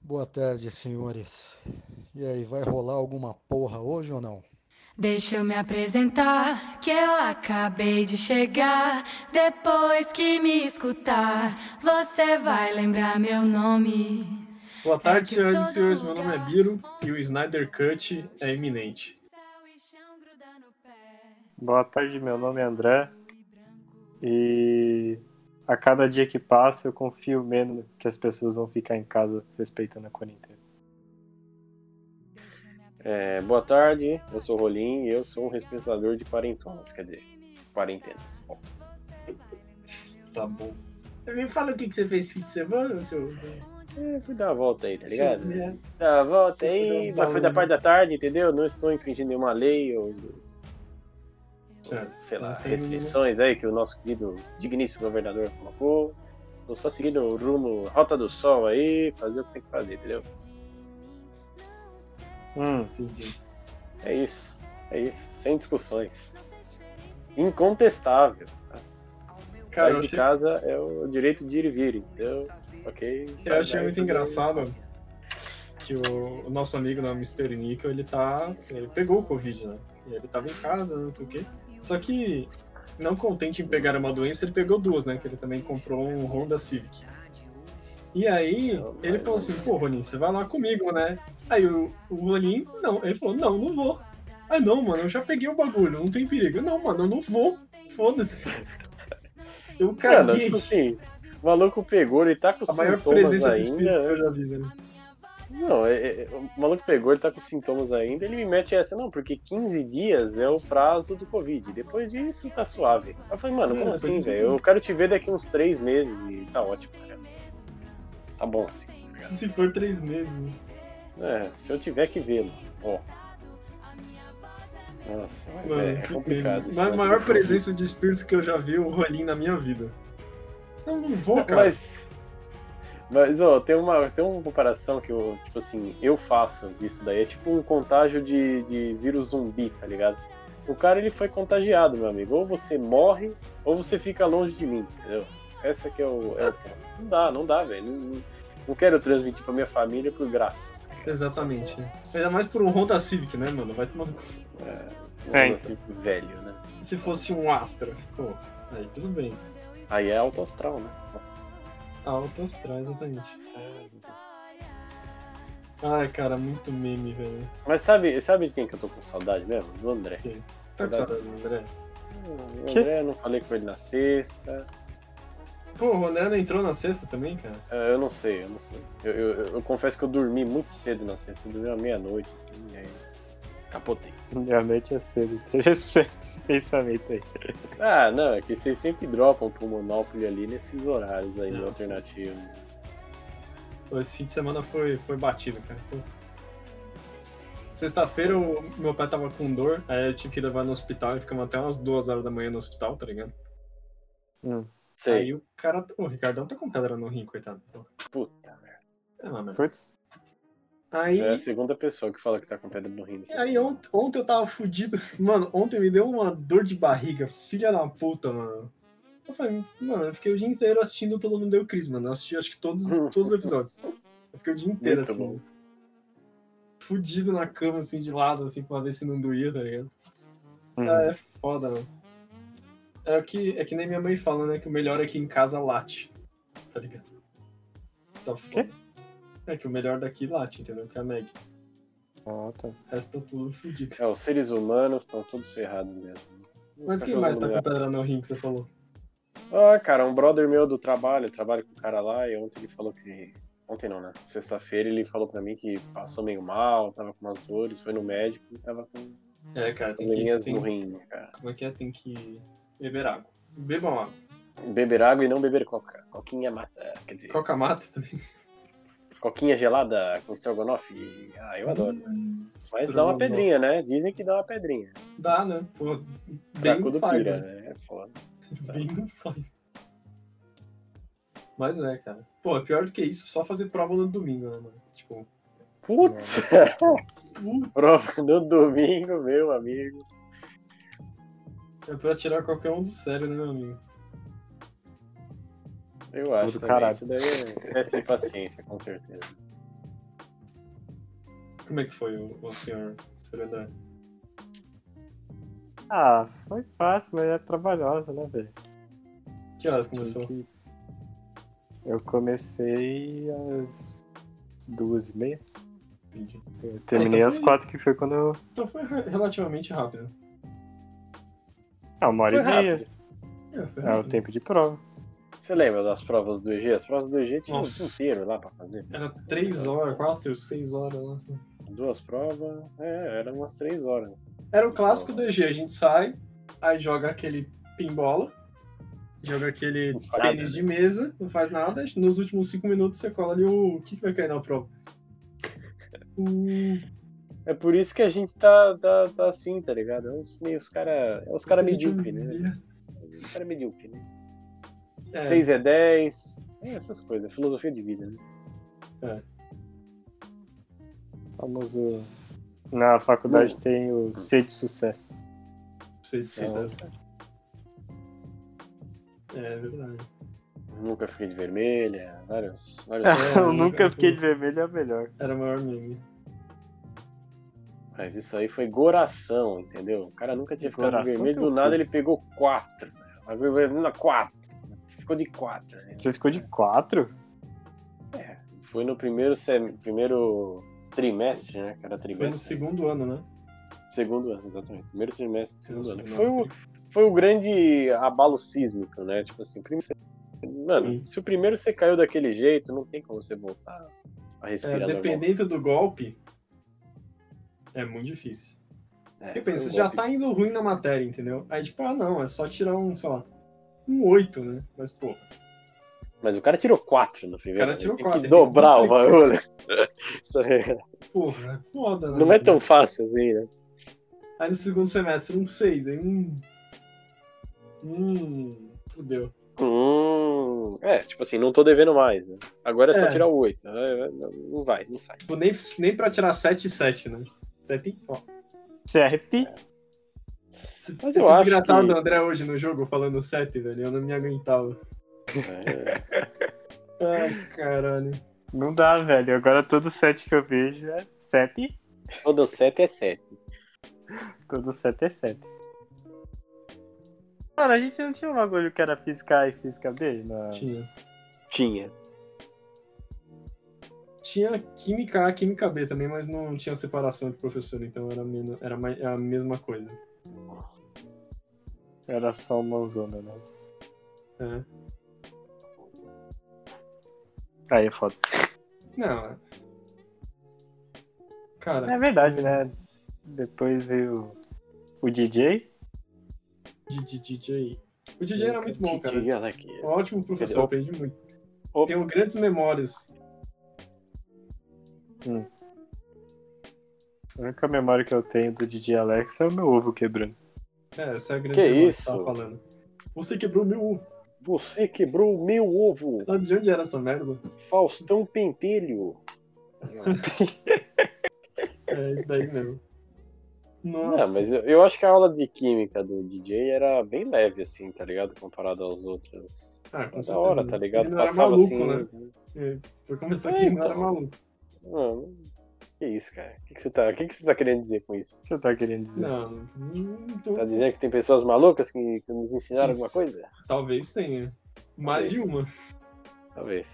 Boa tarde, senhores. E aí, vai rolar alguma porra hoje ou não? Deixa eu me apresentar, que eu acabei de chegar. Depois que me escutar, você vai lembrar meu nome. Boa tarde, que senhoras sou e senhores. do Meu nome é lugar Biro onde e o Snyder Cut é iminente. Céu e chão gruda no pé. Boa tarde, meu nome é André e a cada dia que passa eu confio menos que as pessoas vão ficar em casa respeitando a quarentena. É, boa tarde, eu sou o Rolim e eu sou um respeitador de quarentonas, quer dizer, quarentenas. Tá bom. Você me fala o que que você fez fim de semana, seu. É, fui dar a volta aí, tá ligado? seu- é. Dá a volta Fui dar aí, um mas foi da barulho. parte da tarde, entendeu? Não estou infringindo nenhuma lei ou, Certo. sei lá, Essa é a minha- restrições aí que o nosso querido digníssimo governador colocou. Tô só seguindo o rumo Rota do Sol aí, fazer o que tem que fazer, entendeu? Hum, Entendi. É isso, é isso, sem discussões. Incontestável. Cara, Sair eu de achei- casa é o direito de ir e vir, entendeu? Ok. Eu achei muito Vai, vai. engraçado que o, o nosso amigo da Mr. Nico, ele tá. Ele pegou o Covid, né? E ele tava em casa, não sei o quê. Só que, não contente em pegar uma doença, ele pegou duas, né? Que ele também comprou um Honda Civic. E aí, É, ele falou assim, um pô, Ronin, você vai lá comigo, né? Aí o, o Ronin, não, ele falou, não, não vou. Ah, não, mano, eu já peguei o bagulho, não tem perigo. Não, mano, eu não vou. Foda-se. Eu Cara, caguei. tipo assim, o maluco pegou, ele tá com A maior sintomas presença do espírito ainda. né? que eu já vi, velho. Não, é- é- o maluco pegou, ele tá com sintomas ainda, ele me mete essa, não, porque 15 dias é o prazo do Covid. Depois disso tá suave. Aí Eu falei, mano, como É, foi assim, isso velho? mesmo. Eu quero te ver daqui uns 3 meses e tá ótimo, tá ligado? Tá bom assim. Se for três meses. né? É, se eu tiver que vê-lo, ó. Nossa, mas Mano, é, que complicado. pena. esse Mas a lance maior do Covid. presença de espírito que eu já vi é o Rolim na minha vida. Eu não vou, cara. Mas, mas ó, tem uma, tem uma comparação que eu, tipo assim, eu faço disso daí. É tipo um contágio de, de vírus zumbi, tá ligado? O cara, ele foi contagiado, meu amigo. Ou você morre, ou você fica longe de mim, entendeu? Essa que é o... é o ponto. Não dá, não dá, velho. Não, não- não quero transmitir pra minha família por graça. Exatamente. Ainda mais por um Honda Civic, né, mano? Vai tomar... no cu. Um É, negócio velho, né? Se fosse um Astra, pô, aí tudo bem. Aí é alto astral, né? Alto Astra, exatamente. Ah, Ai, cara, muito meme, velho. Mas sabe, sabe de quem que eu tô com saudade mesmo? Do André. Você tá com saudade do André? O Que? André, eu não falei com ele na sexta. Pô, o André não entrou na sexta também, cara? É, Eu não sei, eu não sei. Eu, eu- eu confesso que eu dormi muito cedo na sexta, eu dormi à meia-noite, assim, e aí capotei. realmente é cedo. Interessante esse pensamento aí. Ah, não, é que vocês sempre dropam pro Monopoly ali nesses horários aí né, Nossa. alternativos. Pô, Esse fim de semana foi, foi batido, cara. Pô. Sexta-feira o meu pai tava com dor, aí eu tive que levar no hospital e ficamos até umas duas horas da manhã no hospital, tá ligado? Sei, Aí o cara. O Ricardão tá com pedra no rim, coitado. Pô. puta merda. É lá, mano. Putz, Aí. Já é a segunda pessoa que fala que tá com pedra no rim. Aí ont- ontem eu tava fudido. Mano, ontem me deu uma dor de barriga, filha da puta, mano. Eu falei, mano, eu fiquei o dia inteiro assistindo Todo Mundo Deu Cris, mano. Eu assisti acho que todos, todos os episódios. Eu fiquei o dia inteiro Muito assim. bom. Fudido na cama, assim, de lado, assim, pra ver se não doía, tá ligado? Uhum. Ah, é foda, mano. É o que, é que nem minha mãe fala, né? Que o melhor é que em casa late. Tá ligado? Tá foda. É que o melhor daqui late, entendeu? Que é a Meg. ah, tá. O resto tá tudo fudido. É, os seres humanos estão todos ferrados mesmo. Os Mas quem cachorros mais tá não com pedra no rim que você falou? Ah, cara, um brother meu do trabalho, eu trabalho com o cara lá, e ontem ele falou que. Ontem não, né? Sexta-feira ele falou pra mim que passou meio mal, tava com umas dores, foi no médico e tava com É, cara, tem que. probleminhas Tem, no rim, né, cara. como é que é? Tem que beber água. Bebam água. Beber água e não beber coca. Coquinha mata. Quer dizer, Coca mata também. coquinha gelada com estrogonofe. Ah, eu adoro. né? Mas dá Hum, Estrogonofe. uma pedrinha, né? Dizem que dá uma pedrinha. Dá, né? Pô, bem Tracudo faz, pira, né? né? É foda. Bem não faz. Mas é, cara. Pô, é pior do que isso, só fazer prova no domingo, né, mano? Tipo, Putz! putz, Prova no domingo, meu amigo. é pra tirar qualquer um do sério, né, meu amigo? Eu acho. do também. caralho. é Isso daí é teste de paciência, com certeza. Como é que foi o, o senhor, senhor André? Ah, foi fácil, mas é trabalhosa, né, velho? Que horas Tinha começou? que- Eu comecei às duas e meia. Entendi. Eu terminei então às foi- quatro, que foi quando eu. Então foi re- relativamente rápido. Ah, uma hora Foi e meia. rápido. É, foi É o rápido. tempo de prova. Você lembra das provas do EG? As provas do EG tinha um Nossa. dia inteiro lá pra fazer. Era três horas, quatro, seis horas. Nossa. Duas provas, é, era umas três horas. Era o clássico do EG, a gente sai, aí joga aquele pinbola, joga aquele Não faz tênis nada, de mesa, não faz nada, nos últimos cinco minutos você cola ali o... O que, que vai cair na prova? O... É por isso que a gente tá, tá, tá assim, tá ligado? É uns meio, os cara, é os cara um medíocre, né? Os cara medíocre, né? É, 6 é 10, é essas coisas, filosofia de vida, né? Famoso. eh, Na faculdade tem o C de sucesso. sei de sucesso. É verdade. Nunca fiquei de vermelha, vários, vários eu nunca fiquei de vermelho, é a melhor. Era o maior meme. Mas isso aí foi goração, entendeu? O cara nunca tinha ficado de Goração vermelho, tem do o nada quê? ele pegou quatro. né? Mas veio vermelho quatro. Ficou de quatro. Né? Você ficou de quatro? Foi no primeiro, sem... primeiro trimestre, né? Que era Foi no trimestre. segundo ano, né? Segundo ano, exatamente. Primeiro trimestre, segundo Nossa, É, ano. não. Foi o, foi o grande abalo sísmico, né? Tipo assim, primeiro você- Mano, Hum. se o primeiro você caiu daquele jeito, não tem como você voltar a É, respirar. normal. dependendo do golpe, é muito difícil. É, Porque foi um pensa, você já golpe. tá indo ruim na matéria, entendeu? Aí tipo, ah não, é só tirar um, sei lá, um oito, né? Mas, pô, Mas o cara tirou quatro no primeiro. cara tirou né? quatro, Tem que ele tem que dobrar o duplicar. bagulho. Isso aí, porra, é foda, né? Não é tão fácil assim, né? Aí no segundo semestre, um seis, aí um... Hum, fudeu. Hum, é, tipo assim, não tô devendo mais, né? Agora é só É. tirar o 8. Não vai, não sai. Tipo, nem, nem pra tirar sete e sete, né? Sete, ó. CRT? Esse, Mas esse eu acho desgraçado que- do André hoje no jogo falando sete, velho, eu não me aguentava. É, Ai, caralho. Não dá, velho. Agora todo set que eu vejo é sete. todo 7 é 7. Todo set é set. Mano, a gente não tinha um bagulho que era física A e física B? né? Na... Tinha. Tinha. Tinha química A, química B também, mas não tinha separação de professor, então era, menos, era mais, a mesma coisa. Era só uma zona, né? É. Aí é foda. Não. é- Cara, É verdade, né? Depois veio o DJ. de- de DJ. O DJ era muito bom, cara. Diga lá né, que- Um ótimo professor, aprendi muito. Opa. Tenho grandes memórias. A única memória que eu tenho do DJ Alex é o meu ovo quebrando. É, essa é a grande Que memória isso? que eu tava falando. Você quebrou meu. Você quebrou o meu ovo, Ah, De onde era essa merda? Faustão Pentelho. É isso daí mesmo. Nossa. Não, É, mas eu, eu acho que a aula de química do DJ era bem leve, assim, tá ligado? Comparado aos outros. Ah, com Era da certeza, hora, né? tá ligado? Ele não era Passava maluco, né? assim. Pra começar É, aqui, não então. era maluco. Mano, que isso, cara? O que, que você tá, o que, que você tá querendo dizer com isso? O que você tá querendo dizer? Não, não tô- Tá dizendo que tem pessoas malucas que, que nos ensinaram alguma coisa? talvez tenha. Mais de Talvez. uma. Talvez.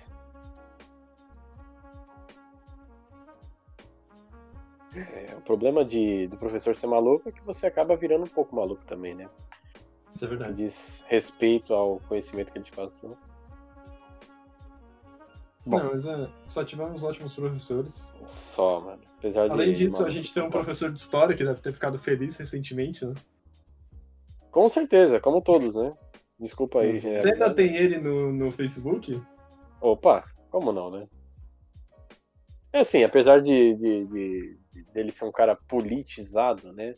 É, o problema de, do professor ser maluco é que você acaba virando um pouco maluco também, né? Isso é Que verdade. diz respeito ao conhecimento que ele te passou. Bom. Não, mas é, só tivemos ótimos professores. Só, mano. Apesar de. Além disso, a maluco. gente tem um professor de história que deve ter ficado feliz recentemente, né? Com certeza, como todos, né? Desculpa aí, é gente. Hum, Você ainda tem ele no, no Facebook? Opa, como não, né? É assim, apesar de, de- de- de- dele ser um cara politizado, né?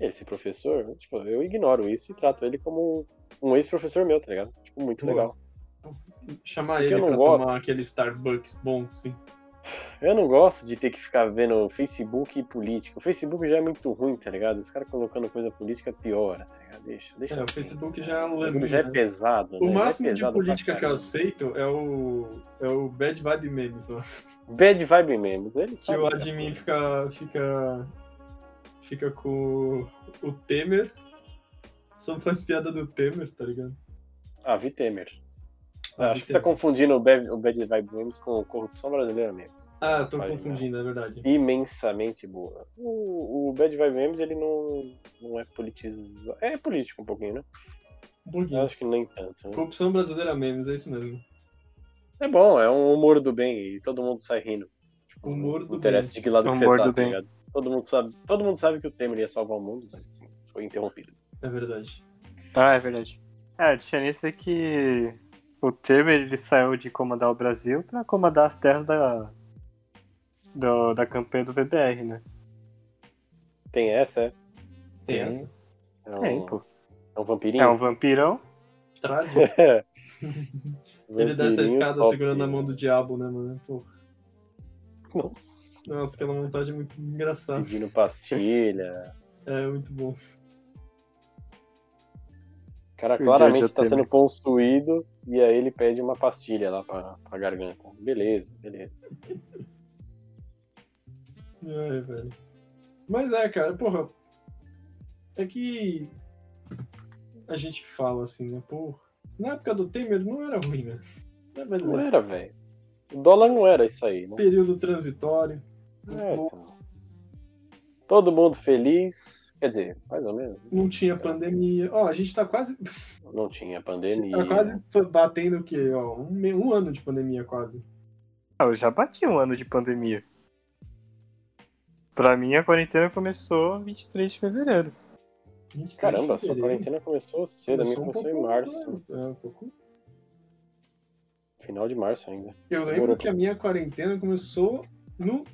Esse professor, tipo, eu ignoro isso e trato ele como um ex-professor meu, tá ligado? Tipo, muito Boa. legal. Chamar Porque ele eu não pra gosto. tomar aquele Starbucks bom, sim. Eu não gosto de ter que ficar vendo Facebook e política. O Facebook já é muito ruim, tá ligado? Os caras colocando coisa política piora, tá ligado? Deixa, deixa. É, o Facebook já O lembra. bagulho já é pesado, né? O Já é máximo de pesado pra política que eu caralho. aceito é o, é o Bad Vibe Memes, né? Bad vibe memes, eles Que sabem o essa admin porra. fica, fica, fica com o Temer, só faz piada do Temer, tá ligado? Ah, vi Temer. Ah, Acho que você tá confundindo o Bad, o Bad Vibe Memes com corrupção brasileira, amigos. Ah, eu tô Pode, confundindo, é verdade. Imensamente boa. O, o Bad Vibe Memes, ele não, não é politizado. É político um pouquinho, né? Um Eu pouquinho. acho que nem tanto. né? Corrupção brasileira memes, é isso mesmo. É bom, é um humor do bem e todo mundo sai rindo. Tipo, Humor não do interessa de que lado que É um Humor você tá, do tá bem. ligado? Todo mundo, sabe, todo mundo sabe que o Temer ia salvar o mundo, mas assim, foi interrompido. É verdade. Ah, é verdade. É, a diferença é que o Temer ele saiu de comandar o Brasil pra comandar as terras da, do- da campanha do VBR, né? Tem essa, é? Tem Tem. essa. É um, Tem, pô. É um vampirinho? então. É um vampirão. Trave. Ele Vampirinho desce a escada top. segurando a mão do diabo, né, mano? Pô, Nossa, nossa, aquela montagem é muito engraçada. Pedindo pastilha. É muito bom. O cara Perdi claramente o tá Temer. sendo construído e aí ele pede uma pastilha lá pra, pra garganta. Beleza, beleza. Ai, velho. Mas é, cara, porra. É que a gente fala assim, né? Porra. Na época do Temer não era ruim, né? Não é mais Não ruim. era, velho. O dólar não era isso aí, né? Período transitório. É, então. Todo mundo feliz. Quer dizer, mais ou menos. né? Não tinha pandemia. Ó, a gente tá quase. Não tinha pandemia. Tá quase batendo o quê? Ó, um, me- um ano de pandemia quase. Ah, eu já bati um ano de pandemia. Pra mim, a quarentena começou 23 de fevereiro. 23 de Caramba, sua tá fevereiro. quarentena começou cedo, a minha Começou um começou em pouco- março. é, um pouco Final de março ainda. Eu lembro Demorou. que a minha quarentena começou no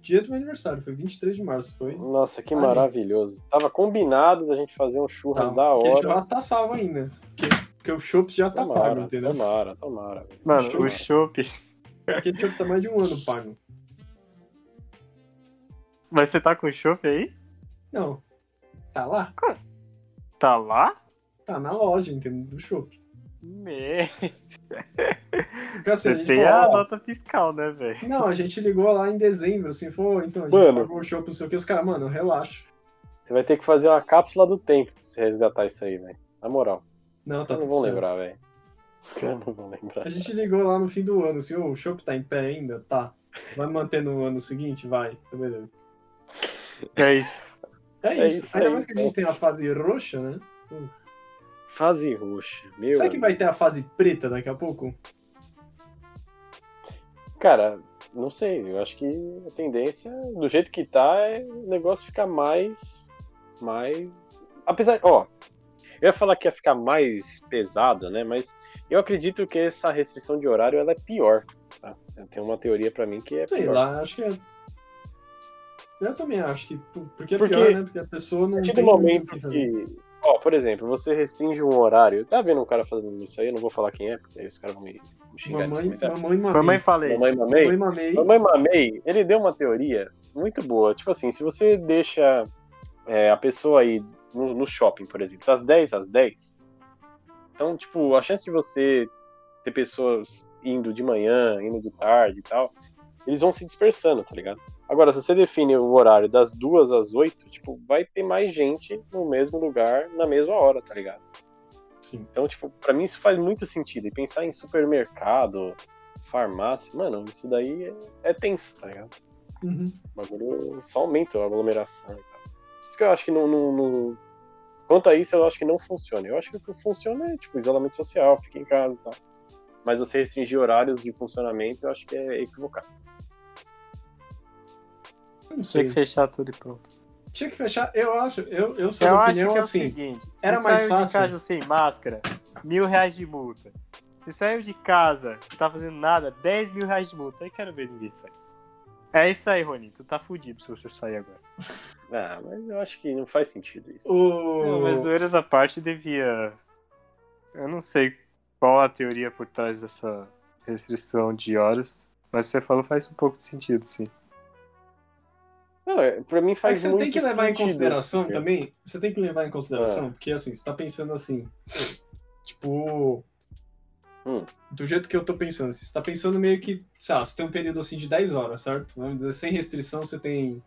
dia do meu aniversário, foi 23 de março, foi? Nossa, que Ai. maravilhoso. Tava combinado da gente fazer um churras Tá. da Aquele hora. churrasco tá salvo ainda, porque, porque o chopp já tá pago, Tomara, entendeu? tomara, tomara. velho. Mano, Tomara. o chopp. Aquele chopp tá mais de um ano pago. Mas você tá com o chopp aí? Não, tá lá, Tá lá? tá na loja, entendeu, do chopp. Me... Porque assim, a Você gente tem a falou, ó, nota fiscal, né, velho? Não, a gente ligou lá em dezembro, assim, falou, "Ô, então, a gente Mano. pagou o chopp, não sei o que, os caras, mano, relaxa. Você vai ter que fazer uma cápsula do tempo pra você resgatar isso aí, velho. Na moral. Não, tá Eu não tudo vão certo. lembrar, velho. Os caras não vão lembrar. A gente ligou lá no fim do ano, assim, "Ô, o chopp tá em pé ainda? Tá. Vai manter no ano seguinte? Vai, então beleza. É isso. É isso. É isso Ainda aí, mais que a gente então. tem a fase roxa, né? Fase roxa. Meu. Será que vai ter a fase preta daqui a pouco? Cara, não sei. Eu acho que a tendência, do jeito que tá, é o negócio ficar mais. Mais. Apesar. Ó. Eu ia falar que ia ficar mais pesado, né? Mas eu acredito que essa restrição de horário ela é pior. Tá? Eu tenho uma teoria pra mim que é Sei pior. lá, acho que é. Eu também acho que. por- Porque é Porque- pior, né? Porque a pessoa não. A partir do tem muito o momento que fazer. que. Ó, por exemplo, você restringe um horário. Tá vendo um cara fazendo isso aí? Eu não vou falar quem é, porque aí os caras vão me me xingar. nos Mamãe, comentários. mamãe, mamãe. Mamãe, falei. Mamãe mamei? mamãe, mamei. Mamãe Mamei, ele deu uma teoria muito boa. Tipo assim, se você deixa é, a pessoa aí no, no shopping, por exemplo, das 10 às 10, então, tipo, a chance de você ter pessoas indo de manhã, indo de tarde e tal, eles vão se dispersando, tá ligado? Agora, se você define o horário das 2 às 8, tipo, vai ter mais gente no mesmo lugar, na mesma hora, tá ligado? Sim. Então, tipo, pra mim isso faz muito sentido. E pensar em supermercado, farmácia, mano, isso daí é, é tenso, tá ligado? Uhum. O bagulho só aumenta a aglomeração e tal. Isso que eu acho que não, não- não- Quanto a isso, eu acho que não funciona. Eu acho que o que funciona é, tipo, isolamento social, fica em casa e tal. Mas você restringir horários de funcionamento, eu acho que é equivocado. Eu Não Tinha sei. que fechar tudo e pronto. Tinha que fechar. Eu acho. Eu, eu sou Eu da acho opinião que é o assim. seguinte: era se mais saiu de fácil- casa sem máscara, mil reais de multa. Se saiu de casa não tá fazendo nada, 10 mil reais de multa. Aí quero ver ninguém sair. É isso aí, Rony. Tu tá fudido se você sair agora. Ah, mas eu acho que não faz sentido isso. O... Não, mas zoeiras à parte devia. Eu não sei qual a teoria por trás dessa restrição de horas. Mas você falou faz um pouco de sentido, sim. Não, é, pra mim Mas faz você muito tem que levar em sentido, consideração porque- É. também. Você tem que levar em consideração, porque assim, você tá pensando assim. Tipo. Hum. Do jeito que eu tô pensando, você tá pensando meio que. Sei lá, você tem um período assim de 10 horas, certo? Vamos dizer, sem restrição, você tem.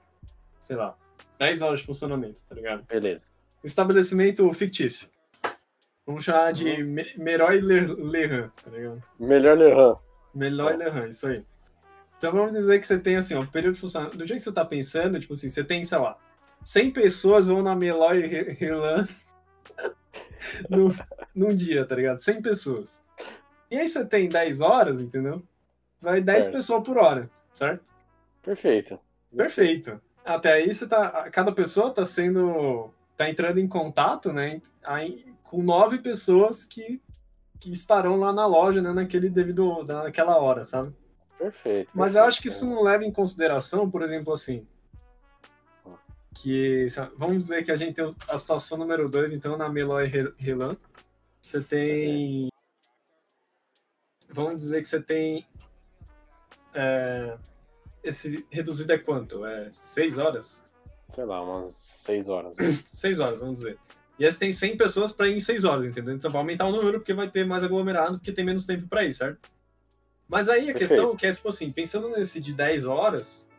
Sei lá. 10 horas de funcionamento, tá ligado? Beleza. Um estabelecimento fictício. Vamos chamar de Uhum. Me- Meroy Le- Lehan, tá ligado? Melhor Lehan. Melhor Ó. Lehan, isso aí. Então vamos dizer que você tem assim, ó, período de funcionamento. Do jeito que você tá pensando, tipo assim, você tem, sei lá, 100 pessoas vão na Meloy Lehan num, num dia, tá ligado? 100 pessoas. E aí você tem 10 horas, entendeu? Vai 10 Certo. pessoas por hora, certo? Perfeito. Perfeito. Até aí você tá. Cada pessoa tá sendo. tá entrando em contato, né? Aí, com nove pessoas que, que estarão lá na loja, né? Naquele devido. naquela hora, sabe? Perfeito. Mas eu perfeito. acho que isso não leva em consideração, por exemplo, assim. Que. sei lá, Vamos dizer que a gente tem a situação número 2, então, na Meloy Re- Relan. Você tem. Vamos dizer que você tem. é, esse reduzido é quanto? É 6 horas? Sei lá, umas 6 horas. 6 horas, vamos dizer. E aí você tem 100 pessoas para ir em 6 horas, entendeu? Então vai aumentar o número porque vai ter mais aglomerado, porque tem menos tempo para ir, certo? Mas aí a Perfeito. questão que é, tipo assim, pensando nesse de 10 horas,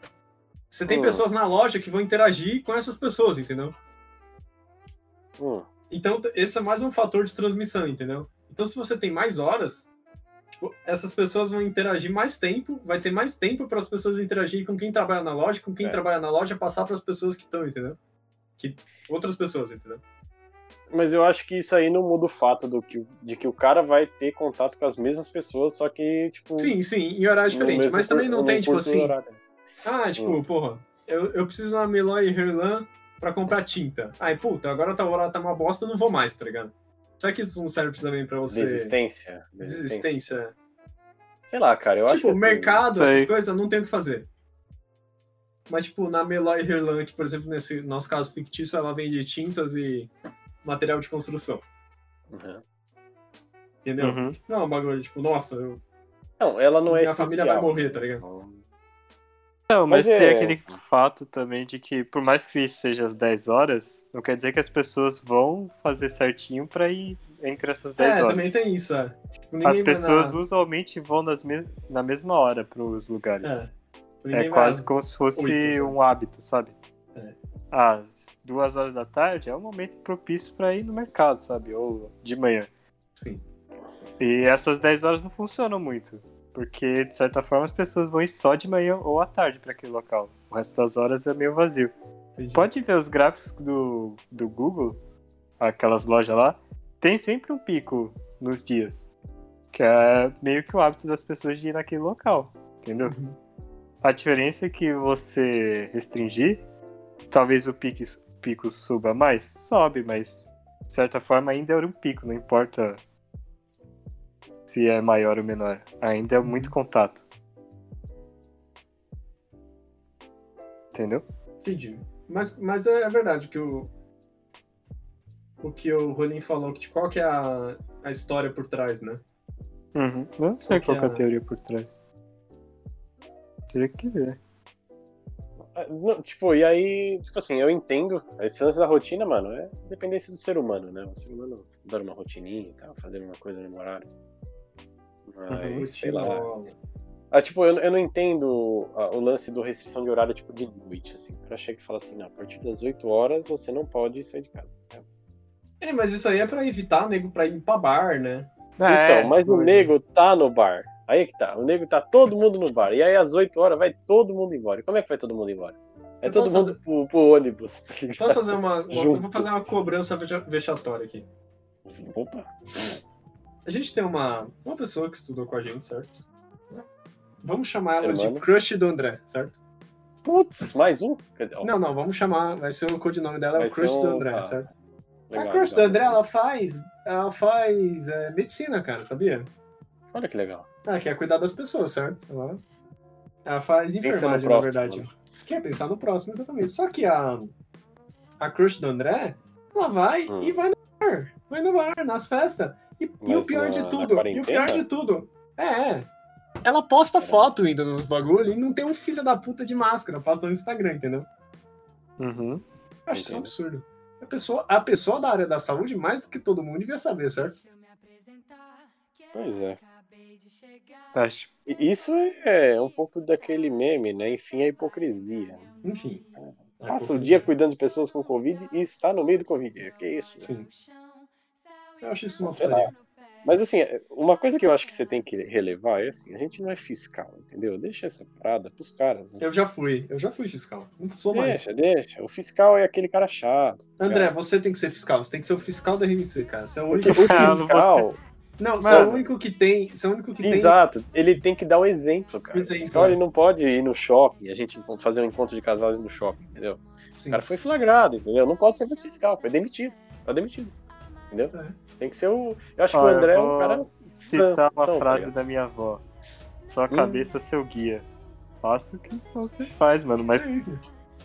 você tem Hum. pessoas na loja que vão interagir com essas pessoas, entendeu? Hum, Então t- esse é mais um fator de transmissão, entendeu? Então se você tem mais horas, tipo, essas pessoas vão interagir mais tempo, vai ter mais tempo para as pessoas interagirem com quem trabalha na loja, com quem É. trabalha na loja passar para as pessoas que estão, entendeu? Que outras pessoas, entendeu? Mas eu acho que isso aí não muda o fato do que, de que o cara vai ter contato com as mesmas pessoas, só que, tipo. Sim, sim, em horário no diferente. mesmo Mas também cur- não no tem, tipo curto assim, horário. ah, tipo, Hum. porra, eu, eu preciso na Meloy e Herlan pra comprar tinta. Ai, puta, agora tá, o horário tá uma bosta, eu não vou mais, tá ligado? Será que isso não serve também pra você? Desistência. Desistência. Desistência. Sei lá, cara. Eu acho tipo, que. assim, mercado, essas sei. coisas, não tem o que fazer. Mas, tipo, na Meloy e Herlan, que, por exemplo, nesse nosso caso fictício, ela vende tintas e material de construção. uhum. Entendeu? Uhum. Não é um bagulho, tipo, nossa, eu- Não, ela não é Minha família essencial. vai morrer, tá ligado? Então, Não, Mas mas, é- tem aquele fato também de que, por mais que seja às 10 horas, não quer dizer que as pessoas vão fazer certinho pra ir entre essas Tá 10 é, horas. também tem isso, é. Tipo, ninguém As vai pessoas na- usualmente vão nas me- na mesma hora pros lugares. É, É, Ninguém vai- quase como se fosse oito, sabe? um hábito, sabe? É. Às duas horas da tarde é um momento propício pra ir no mercado, sabe? Ou de manhã. Sim. E essas 10 horas não funcionam muito. Porque, de certa forma, as pessoas vão ir só de manhã ou à tarde pra aquele local. O resto das horas é meio vazio. Entendi. Pode ver os gráficos do, do Google, aquelas lojas lá, tem sempre um pico nos dias. Que é meio que o hábito das pessoas de ir naquele local, entendeu? Uhum. A diferença é que você restringir, talvez o pique- pico suba mais, sobe, mas de certa forma ainda era um pico, não importa se é maior ou menor. Ainda é muito contato. Entendeu? Entendi. Mas, mas é verdade que o. O que o Rolim falou, que de qual que é a, a história por trás, né? Uhum. Eu Não sei Qual qual que que é a é? teoria por trás. Teria que ver. ah, não, tipo, e aí, tipo assim, eu entendo. Esse lance da rotina, mano, é dependência do ser humano, né? O ser humano adora uma rotininha e tal, fazer uma coisa no mesmo horário. Mas, é, Uhum. sei tipo lá. Ah, tipo, eu, eu não entendo ah, o lance do restrição de horário, tipo, de noite, assim. O cara chega e fala assim, não, a partir das 8 horas você não pode sair de casa. É, mas isso aí é pra evitar nego pra ir pra bar, né? É, então, mas o nego tá no bar. Aí que tá. O nego tá todo mundo no bar. E aí às 8 horas vai todo mundo embora. E como é que vai todo mundo embora? É Eu todo posso mundo pro, pro ônibus, tá Posso ligado? fazer uma. uma- Junto. vou fazer uma cobrança veja- vexatória aqui. Opa. A gente tem uma, uma pessoa que estudou com a gente, certo? Vamos chamar ela de Semana. Crush do André, certo? Putz, mais um? Cadê? Ó, Não, não, vamos chamar. Vai ser o codinome dela, é Vai o Crush ser do um- André, ah, certo? legal, a Crush legal. do André, ela faz. Ela faz é, medicina, cara, sabia? Olha que legal. Ah, quer cuidar das pessoas, certo? Ela, ela faz no enfermagem, na próximo, verdade. mano. Quer pensar no próximo, exatamente. Só que a, a crush do André, ela vai Hum. e vai no bar. Vai no bar, nas festas. E, e Mas o pior na- de na tudo, e o quarentena? pior de tudo, é, é. Ela posta foto ainda nos bagulho e não tem um filho da puta de máscara, posta no Instagram, entendeu? Uhum. Eu acho isso um Entendo. absurdo. A pessoa, a pessoa da área da saúde, mais do que todo mundo, devia saber, certo? Pois é. Tá, Tá, Acho. E Isso é um pouco daquele meme, né? Enfim, a hipocrisia. Enfim. É Passa o pouco- dia cuidando de pessoas com Covid e está no meio do Covid. Que isso? né? Sim. Eu acho isso uma Sei putaria. Mas assim, uma coisa que eu acho que você tem que relevar é assim, a gente não é fiscal, entendeu? Deixa essa parada pros caras. Né? Eu já fui, eu já fui fiscal. Não sou mais. Deixa, deixa. O fiscal é aquele cara chato. tá André, ligado? você tem que ser fiscal, você tem que ser o fiscal da RMC, cara. Você é o único. Porque o Ah, não vou fiscal, Não, você é o Mano. único que tem. Você é o único que tem. exato, ele tem que dar o exemplo, cara. O Exemplo, fiscal é. ele não pode ir no shopping, a gente fazer um encontro de casais no shopping, entendeu? O Sim. cara foi flagrado, entendeu? Não pode ser mais fiscal, foi demitido. Tá demitido. Entendeu? É. Tem que ser o. Eu acho que o Ó, eu André é vou um cara. Citar uma são, tá frase ligado? da minha avó. Sua Hum. cabeça é seu guia. Faça o que você faz, mano. Mas É.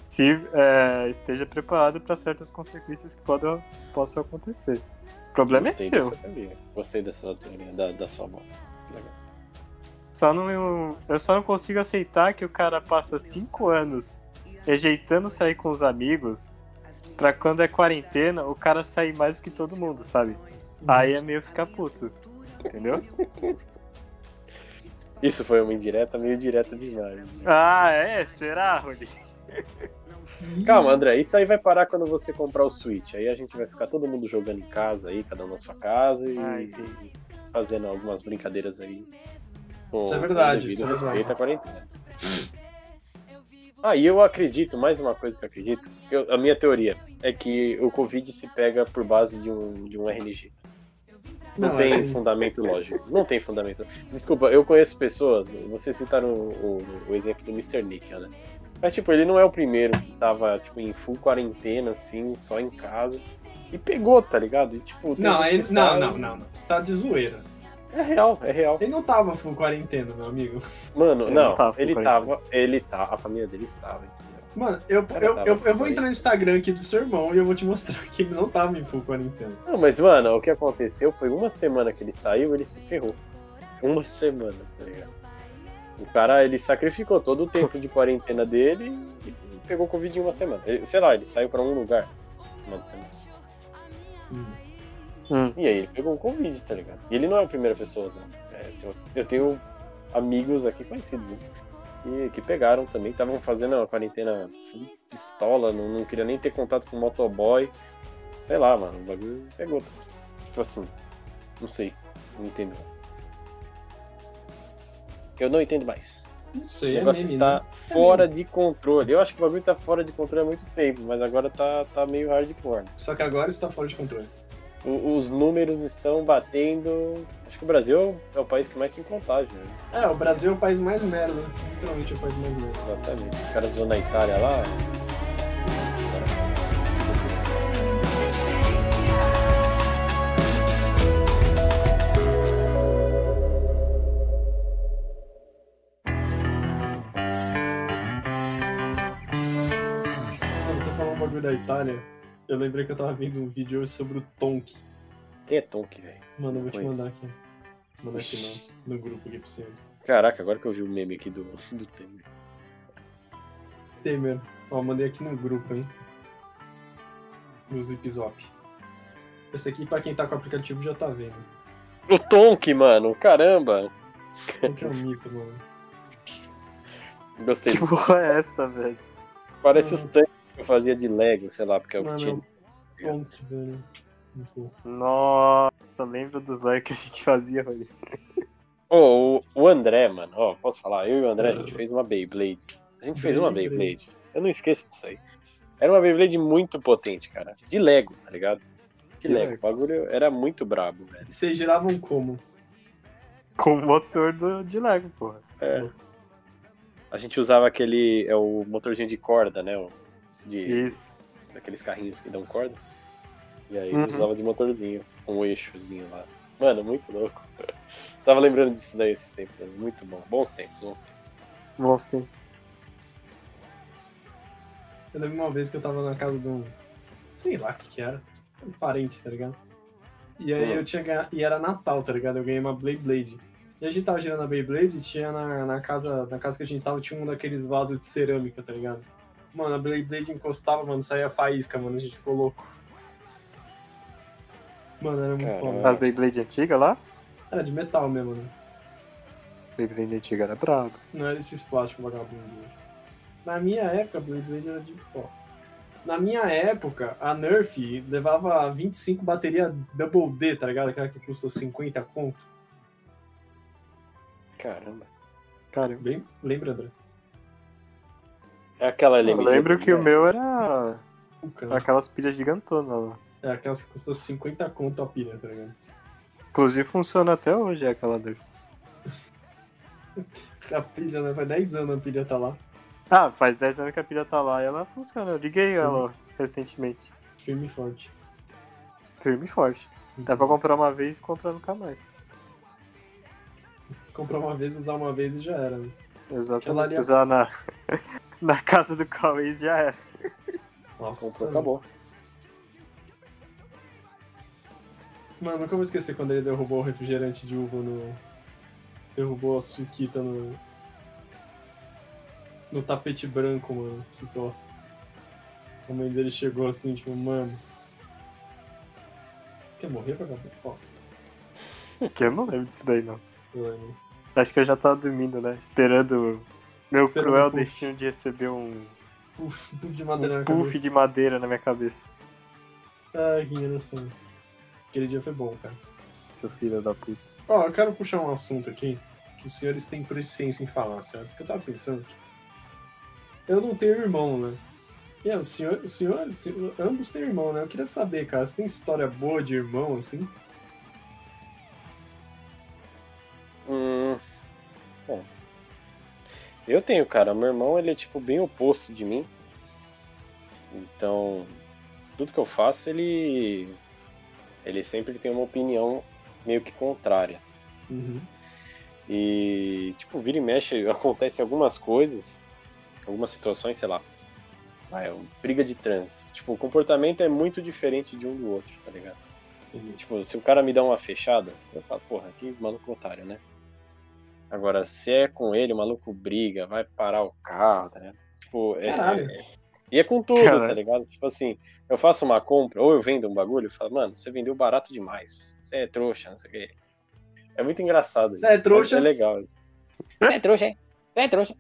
se é, esteja preparado para certas consequências que podem, possam acontecer. O problema é Gostei seu. dessa teoria. Gostei dessa teoria da, da sua mão. Legal. Só não, eu, eu só não consigo aceitar que o cara passa cinco anos rejeitando sair com os amigos pra quando é quarentena o cara sair mais do que todo mundo, sabe? Aí é meio ficar puto. Entendeu? Isso foi uma indireta, meio direta demais. né? Ah, é? Será, Rony? Calma, André, isso aí vai parar quando você comprar o Switch. Aí a gente vai ficar todo mundo jogando em casa aí, cada um na sua casa e Ah, entendi. fazendo algumas brincadeiras aí. com- Isso é verdade, com devido isso é respeito verdade. à quarentena. Ah, e eu acredito, mais uma coisa que eu acredito, que eu- a minha teoria é que o Covid se pega por base de um, de um RNG. Não, tem é isso. fundamento lógico. Não tem fundamento. Desculpa, eu conheço pessoas. Vocês citaram o, o- o exemplo do Mr. Nickel, né? Mas, tipo, ele não é o primeiro que tava, tipo, em full quarentena, assim, só em casa. E pegou, tá ligado? E, tipo, tem Não, gente ele, que um- não, sai- não, não, não. Você tá de zoeira. É real, é real. Ele não tava full quarentena, meu amigo. Mano, Ele não, não tava full ele quarentena. tava, ele tá, a família dele estava, entendeu? Mano, eu, Cara, eu, tava eu, eu full vou entrar no Instagram aqui do seu irmão e eu vou te mostrar que ele não tava em full quarentena. Não, mas, mano, o que aconteceu foi uma semana que ele saiu, ele se ferrou. Uma semana, tá ligado? O cara, ele sacrificou todo o tempo de quarentena dele e pegou Covid em uma semana. Ele- sei lá, ele saiu pra um lugar. Uma semana. Hum. E aí ele pegou o Covid, tá ligado? E ele não é a primeira pessoa, né? É, eu- eu tenho amigos aqui conhecidos, né? E, que pegaram também, estavam fazendo uma quarentena pistola, não, não queria nem ter contato com o motoboy. Sei lá, mano, o bagulho pegou. Tipo assim, não sei, não entendo mais. Eu não entendo mais. Não O sei, é negócio meme, está né? fora de controle. Eu acho que o bagulho tá fora de controle há muito tempo, mas agora tá, tá meio hardcore. Só que agora está fora de controle. O- os números estão batendo. Acho que o Brasil é o país que mais tem contágio, né? É, o Brasil é o país mais merda. Literalmente é o país mais merda. Exatamente. Os caras vão na Itália lá. Mano, você falou um bagulho da Itália. Eu lembrei que eu tava vendo um vídeo hoje sobre o Tonk. Quem é Tonk, velho? Mano, eu vou te Pois. mandar aqui. Vou Mandar aqui no, no grupo aqui pra você. Caraca, agora que eu vi o meme aqui do, do Temer. Tem mesmo. Ó, mandei aqui no grupo, hein? No Zip Zop. Esse aqui, pra quem tá com o aplicativo, já tá vendo. O Tonk, mano, caramba! Tonk é um mito, mano. Gostei. Que porra é essa, velho? Parece os tanques que eu fazia de Lego, sei lá, porque é o que Mano, é tinha. um Tonk, velho. Muito bom. Nossa, lembra dos likes que a gente fazia, Rony? Ô, o, o André, mano, ó, posso falar? Eu e o André, a gente fez uma Beyblade. A gente fez uma Beyblade. Beyblade. Eu não esqueço disso aí. Era uma Beyblade muito potente, cara. De Lego, tá ligado? De De Lego. O Lego. bagulho era muito brabo, velho. Vocês giravam como? Com o motor do, de Lego, porra. É. A gente usava aquele. É o motorzinho de corda, né? o- De, Isso. daqueles carrinhos que dão corda. E aí Uhum. usava de motorzinho, um eixozinho lá. Mano, muito louco. Tava lembrando disso daí esses tempos. né? Muito bom. Bons tempos, bons tempos. Bons tempos. Eu lembro uma vez que eu tava na casa de um. Sei lá o que que era. Um parente, tá ligado? E aí Hum. eu tinha ganha- E era Natal, tá ligado? Eu ganhei uma Blade Blade. E a gente tava girando a Beyblade e tinha na, na, casa, na casa que a gente tava, tinha um daqueles vasos de cerâmica, tá ligado? Mano, a Beyblade encostava, mano, saía faísca, mano, a gente ficou louco. Mano, era muito Caralho. foda. As Beyblade antigas lá? Era de metal mesmo, né? Beyblade antiga era brabo. Não era esses plásticos vagabundos. né? Na minha época, Beyblade era de pó. Na minha época, a Nerf levava 25 bateria Double D, tá ligado? Aquela que custa 50 conto. Caramba. Cara, Bem, lembra, André? É aquela eu LMG. lembro que o né? meu era Puca, né? aquelas pilhas gigantonas lá. É aquelas que custa 50 conto a pilha, tá ligado? Inclusive funciona até hoje é aquela dor. A pilha, né? Faz 10 anos a pilha tá lá. Ah, faz 10 anos que a pilha tá lá e ela funciona. Eu liguei ela recentemente. Firme e forte. Firme e forte. Dá pra comprar uma vez e comprar nunca mais. Comprar uma vez, usar uma vez e já era. Né? Aquela ali Exatamente. é- Usar na, na casa do Cauê já era. Nossa, Comprou, acabou. Mano, nunca vou esquecer quando ele derrubou o refrigerante de uva no. Derrubou a suquita no. No tapete branco, mano. Que dó. A mãe dele chegou assim, tipo, mano. Quer morrer, vagabundo? Ó, Que eu não lembro disso daí, não. eu lembro. Acho que eu já tava dormindo, né? Esperando meu Esperando cruel o puff. destino de receber um, Puff, puff de um madeira na puff cabeça. de madeira na minha cabeça. Ai, que engraçado. Aquele dia foi bom, cara. Seu filho da puta. Ó, eu quero puxar um assunto aqui que os senhores têm presciência em falar, certo? Que eu tava pensando. Eu não tenho irmão, né? E é, os senhor- os senhores, senhor- ambos têm irmão, né? Eu queria saber, cara, você tem história boa de irmão, assim? Hum. Bom. Eu tenho, cara. Meu irmão, ele é tipo bem oposto de mim. Então, tudo que eu faço, ele. Ele sempre tem uma opinião meio que contrária. Uhum. E, tipo, vira e mexe, acontece algumas coisas, algumas situações, sei lá. Vai, um- briga de trânsito. Tipo, o comportamento é muito diferente de um do outro, tá ligado? Entendi. Tipo, se o cara me dá uma fechada, eu falo, porra, que maluco otário, né? Agora, se é com ele, o maluco briga, vai parar o carro, tá ligado? Tipo, é, Caralho. é- E é com tudo, tá Caralho. ligado? Tipo assim, eu faço uma compra ou eu vendo um bagulho, eu falo, mano, você vendeu barato demais. Você é trouxa, não sei o quê. É muito engraçado isso. Você é trouxa? É, é legal isso. Você é trouxa, hein? Você é trouxa.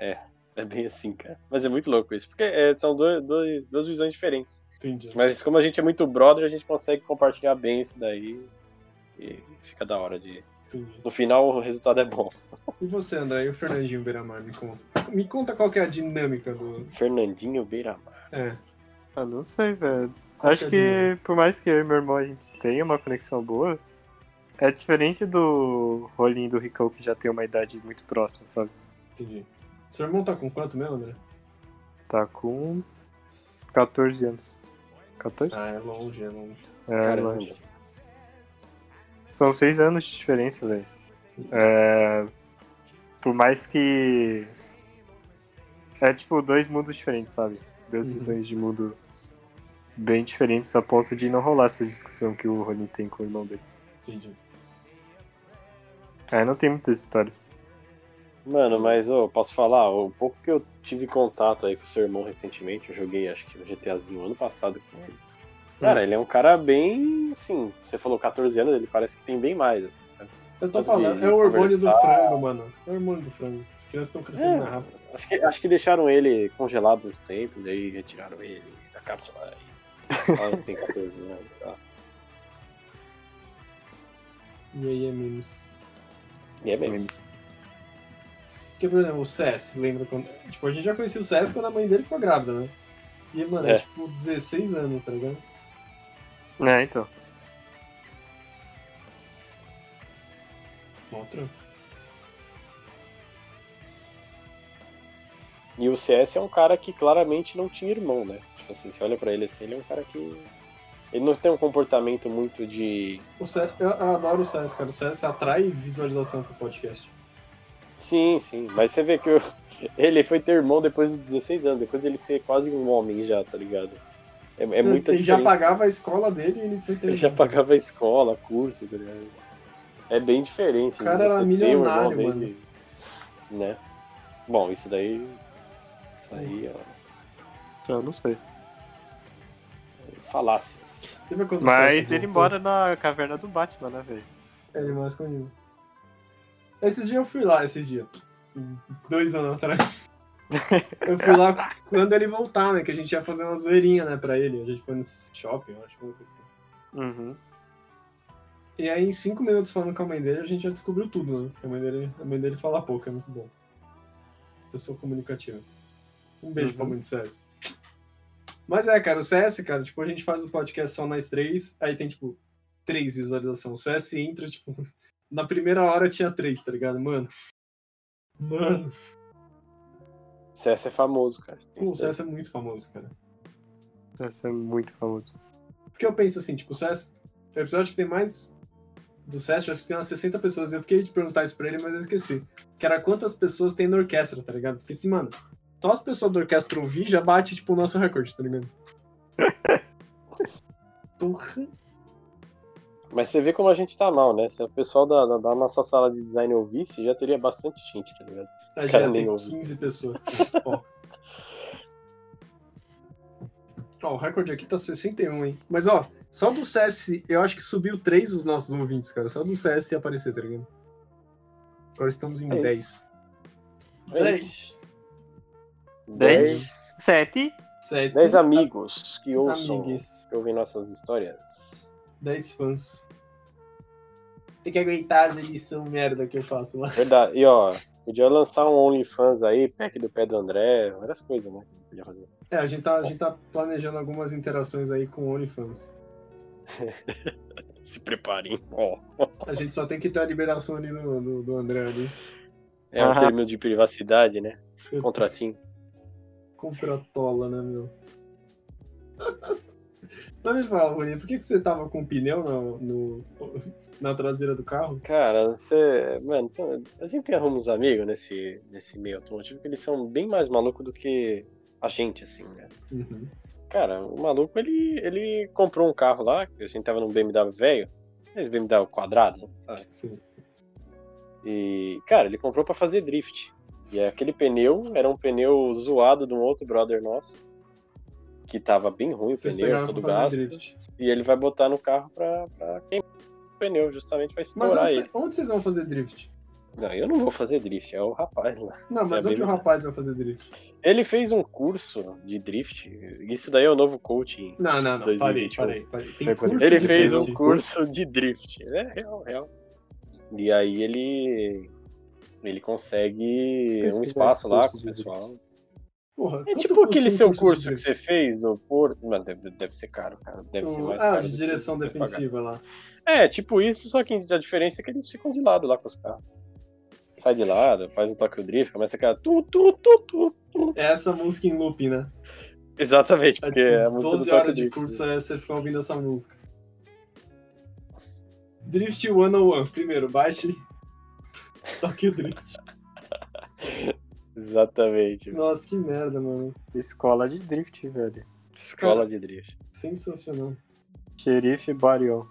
É, é bem assim, cara. Mas é muito louco isso, porque é, são dois, dois, duas visões diferentes. Entendi. Mas como a gente é muito brother, a gente consegue compartilhar bem isso daí. E fica da hora de. entendi. No final o resultado é bom. E você, André, e o Fernandinho Beiramar, me conta. Me conta qual que é a dinâmica do... Fernandinho Beiramar. É, Ah, não sei, velho. Qual Acho que é a que por mais que eu e meu irmão a gente tenha uma conexão boa, é diferente do rolinho do Ricão que já tem uma idade muito próxima, sabe? entendi. Seu irmão tá com quanto mesmo, André? Tá com 14 anos. 14? Ah, é longe, é longe. é, Caramba. longe. São seis anos de diferença, velho. É, Por mais que. É tipo dois mundos diferentes, sabe? Duas Uhum. visões de mundo bem diferentes a ponto de não rolar essa discussão que o Ronin tem com o irmão dele. Entendi. É, não tem muitas histórias. Mano, mas ô, posso falar? O pouco que eu tive contato aí com o seu irmão recentemente, eu joguei acho que o GTAzinho ano passado com ele. Cara, ele é um cara bem. Assim, você falou 14 anos, ele parece que tem bem mais, assim, sabe? Eu tô Mas de falando, é o hormônio do conversar- frango, mano. É o hormônio do frango. As crianças estão crescendo É. mais rápido. Acho que, acho que deixaram ele congelado uns tempos, aí retiraram ele da cápsula. Aí, falaram que tem 14 anos. Tá? E aí é menos. E é mesmo. Porque, por exemplo, o CS, lembra quando. Tipo, a gente já conhecia o CS quando a mãe dele ficou grávida, né? E, mano, é, É. tipo 16 anos, tá ligado? É, então. Mó trampo. E o CS é um cara que claramente não tinha irmão, né? Tipo assim, você olha pra ele assim, ele é um cara que. Ele não tem um comportamento muito de. O CS, eu, eu adoro o CS, cara. O CS atrai visualização pro podcast. Sim, sim. Mas você vê que o- ele foi ter irmão depois dos 16 anos, depois dele ser quase um homem já, tá ligado? É, é muita ele já diferença. pagava a escola dele e ele foi ter. Ele já pagava a escola, curso, tá ligado? É bem diferente. né? O cara era Você tem milionário, o irmão mano. dele, Né? Bom, isso daí. Isso aí, ó. Eu não sei. Falácias. Lembra quando o Mas César ele voltou? mora na caverna do Batman, né, velho? É, ele mora escondido. Esses dias eu fui lá, esses dias. Dois anos atrás. Eu fui lá quando ele voltar, né? Que a gente ia fazer uma zoeirinha, né, pra ele. A gente foi no shopping, eu acho, alguma coisa assim. Uhum. E aí, em cinco minutos falando com a mãe dele, a gente já descobriu tudo, né? Porque A mãe dele, a mãe dele fala pouco, é muito bom. Pessoa comunicativa. Um beijo Uhum. pra mãe do CS. Mas é, cara, o CS, cara, tipo, a gente faz o podcast só nas três, aí tem, tipo, três visualizações. O CS entra, tipo, na primeira hora tinha três, tá ligado? Mano. Mano. CS é famoso, cara. Tem pô, o isso daí. CS é muito famoso, cara. Esse é muito famoso. Porque eu penso assim, tipo, o CS. O episódio que tem mais do CS, eu acho que tem umas 60 pessoas. Eu fiquei de perguntar isso pra ele, mas eu esqueci. Que era quantas pessoas tem na orquestra, tá ligado? Porque assim, mano, só as pessoas da orquestra ouvir já bate, tipo, o nosso recorde, tá ligado? Porra. Mas você vê como a gente tá mal, né? Se o pessoal da, da- da nossa sala de design ouvisse, já teria bastante gente, tá ligado? A gente cara já nem tem ouve. 15 pessoas. Ó. Ó, o recorde aqui tá 61, hein? Mas ó, só do CS, eu acho que subiu 3 os nossos ouvintes, cara. Só do CS aparecer, tá ligado? Agora estamos em É isso. 10. É isso. 10. Dez. Sete. 7. Dez amigos que ouçam, amigos. que ouvem nossas histórias. 10 fãs. Tem que aguentar as edições merda que eu faço lá. Verdade. E ó, podia lançar um OnlyFans aí, pack do pé do André, várias coisas, né? que Podia fazer. É, a gente tá, a gente tá planejando algumas interações aí com o OnlyFans. Se preparem. Ó, A gente só tem que ter a liberação ali do, do, do André ali. é um Aham. término de privacidade, né? Contratinho. Contratola, né, meu? Mas me fala, Rony, por que, que você tava com o pneu no, no- na traseira do carro? Cara, você. Mano, então, a gente arruma uns amigos nesse, nesse meio automotivo que eles são bem mais malucos do que a gente, assim, né? Uhum. Cara, o maluco, ele, ele comprou um carro lá, que a gente tava num BMW velho, esse BMW quadrado, sabe? Sim. E, cara, ele comprou pra fazer drift. E aquele pneu era um pneu zoado de um outro brother nosso, que tava bem ruim o Vocês pneu, pegaram todo pra fazer gasto. drift. E ele vai botar no carro pra, pra queimar o pneu, justamente pra Mas estourar onde, ele. cê- onde vocês vão fazer drift? Não, eu não vou fazer drift, é o rapaz lá. Não, mas É onde o bem- rapaz vai fazer drift? Ele fez um curso de drift, isso daí é o novo coaching. Não, não, não. Parei, 2021. parei, parei. Tem Foi quando curso Ele de fez drift? um curso de drift. É real, real. E aí ele. Ele consegue um Pesquisar espaço esse lá curso com o de drift. pessoal. Porra, É quanto tipo custa aquele um seu de curso que drift? você fez no Porto. Mano, deve, deve ser caro, cara. Deve ser O- mais Ah, caro de do que direção você pagar. defensiva lá. É, tipo isso, só que a diferença é que eles ficam de lado lá com os carros. Sai de lado, faz o Tokyo Drift, começa aquela tu, tu, tu, tu. É essa música em looping, né? Exatamente, É porque tipo, é a música do 12 Tokyo horas de Drift. curso é você ficar ouvindo essa música. Drift 101. Primeiro, baixe. Toque o drift. Exatamente. Nossa, que merda, mano. Escola de drift, velho. Escola de drift. Sensacional. Xerife Barion.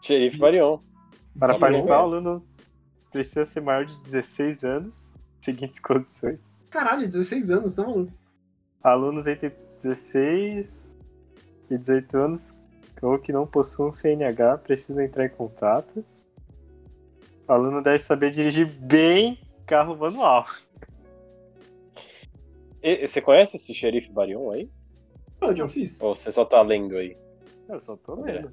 Xerife Barion. Para Tá Barion, participar, é. o aluno precisa ser maior de 16 anos. Seguintes condições. Caralho, 16 anos, tá maluco? alunos entre 16 e 18 anos ou que não possuam CNH precisam entrar em contato. O aluno deve saber dirigir bem carro manual. E- e Você conhece esse xerife Barion aí? Onde eu fiz? Ou você só tá lendo aí? Eu só tô lendo.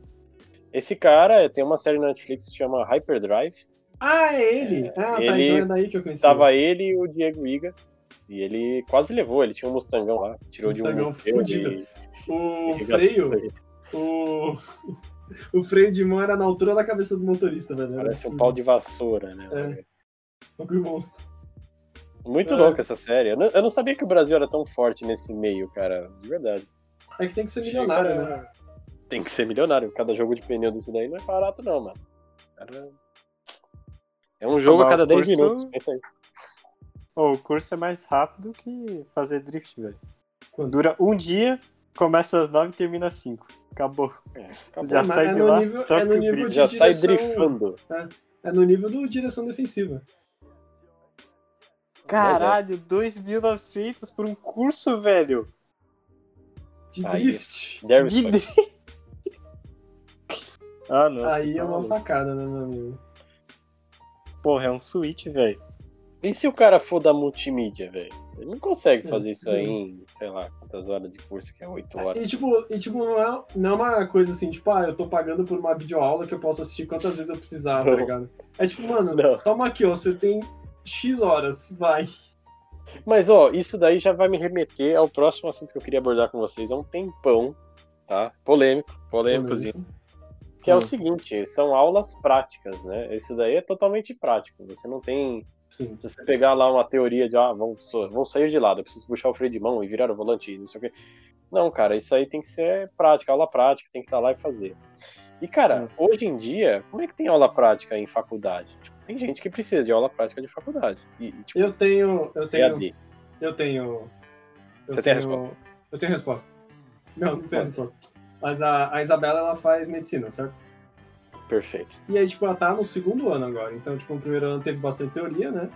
Esse cara é, tem uma série na Netflix que se chama Hyperdrive. Ah, é ele! ah, tá, ele então é daí que eu conheci. Tava ele e o Diego Iga. E ele quase levou, ele tinha um Mustangão lá, que tirou de um. Mustangão museu de- fudido. O de freio, gasolina. o... o freio de mão era na altura da cabeça do motorista, velho. Era Parece um assim, pau de vassoura, né? É. bagulho monstro. Muito É. louca essa série. Eu não, eu não sabia que o Brasil era tão forte nesse meio, cara. De verdade. É que tem que ser milionário, né? Tem que ser milionário. Cada jogo de pneu desse daí não é barato, não, mano. Cara, É um jogo a Acabar cada o 10 curso- minutos. Pensa aí. Ô, o curso é mais rápido que fazer drift, velho. Quanto? Dura um dia Começa às 9 e termina às 5. Acabou. Acabou. Já mas sai é de no lá. nível- é toca no o nível brilho. de- Já sai direção- drifando. É no nível do direção defensiva. Caralho, 2.900 por um curso, velho. De Aí. drift. Darius De Fox. dri- Ah, não. Aí você é tá uma maluco. facada, né, meu amigo? Porra, é um switch, velho. E se o cara for da multimídia, velho? Ele não consegue É, fazer isso aí em, sei lá, quantas horas de curso que é 8 horas. E tipo, e, tipo não, é, não é uma coisa assim, tipo, ah, eu tô pagando por uma videoaula que eu posso assistir quantas vezes eu precisar, tá Não. ligado? É tipo, mano, Não. toma aqui, ó, você tem X horas, vai. Mas, ó, isso daí já vai me remeter ao próximo assunto que eu queria abordar com vocês há um tempão, tá? Polêmico, polêmicozinho. Que é Hum. o seguinte, são aulas práticas, né? Isso daí é totalmente prático. Você não tem. Sim. Se você pegar lá uma teoria de, ah, vamos, so- vamos sair de lado, eu preciso puxar o freio de mão e virar o volante, não sei o quê. Não, cara, isso aí tem que ser prática, aula prática, tem que estar lá e fazer. E, cara, hoje em dia, como é que tem aula prática em faculdade? Tipo, tem gente que precisa de aula prática de faculdade. E, e, tipo, Eu tenho. Eu tenho. EAD. Eu tenho. Eu Você tem a tenho, Eu tenho resposta. Não, não tenho resposta. Mas a, a Isabela, ela faz medicina, certo? Perfeito. E aí, tipo, ela tá no segundo ano agora. Então, tipo, no primeiro ano teve bastante teoria, né?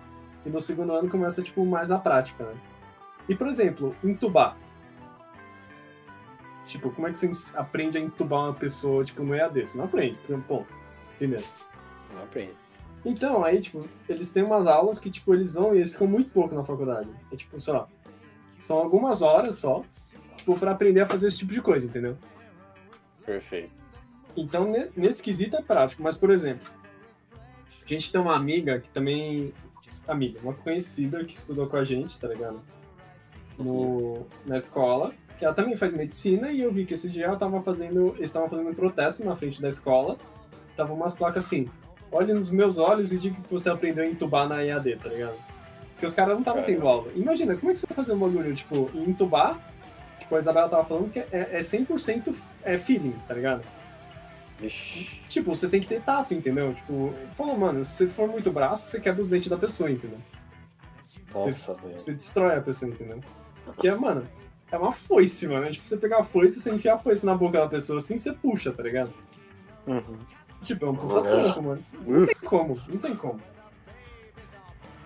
E no segundo ano começa, tipo, mais a prática, né? E, por exemplo, entubar. Tipo, como é que você ens- aprende a entubar uma pessoa, tipo, no EAD? Você não aprende, por um ponto. Primeiro. Não aprende. Então, aí, tipo, eles têm umas aulas que, tipo, eles vão e eles ficam muito pouco na faculdade. É tipo, sei lá, são algumas horas só, tipo, pra aprender a fazer esse tipo de coisa, entendeu? Perfeito. Então, ne- nesse quesito é prático. Mas, por exemplo, a gente tem uma amiga que também. Amiga, uma conhecida que estudou com a gente, tá ligado? No, na escola, que ela também faz medicina, e eu vi que esse dia ela tava fazendo. Eles estavam fazendo um protesto na frente da escola. Tava umas placas assim: olhe nos meus olhos e diga que você aprendeu a entubar na EAD, tá ligado? Porque os caras não estavam Cara. tendo aula. Imagina, como é que você vai fazer um bagulho, tipo, em entubar? Tipo, a Isabela tava falando que é, é 100% f- é feeling, tá ligado? Vixe. Tipo, você tem que ter tato, entendeu? Tipo, ele falou, mano, se você for muito braço, você quebra os dentes da pessoa, entendeu? Nossa, velho. Você destrói a pessoa, entendeu? Que é, mano, é uma foice, mano. É tipo, você pegar a foice, você enfiar a foice na boca da pessoa assim, você puxa, tá ligado? Uhum. Tipo, é um puta Ah. trampo, mano. Isso Não tem como, não tem como.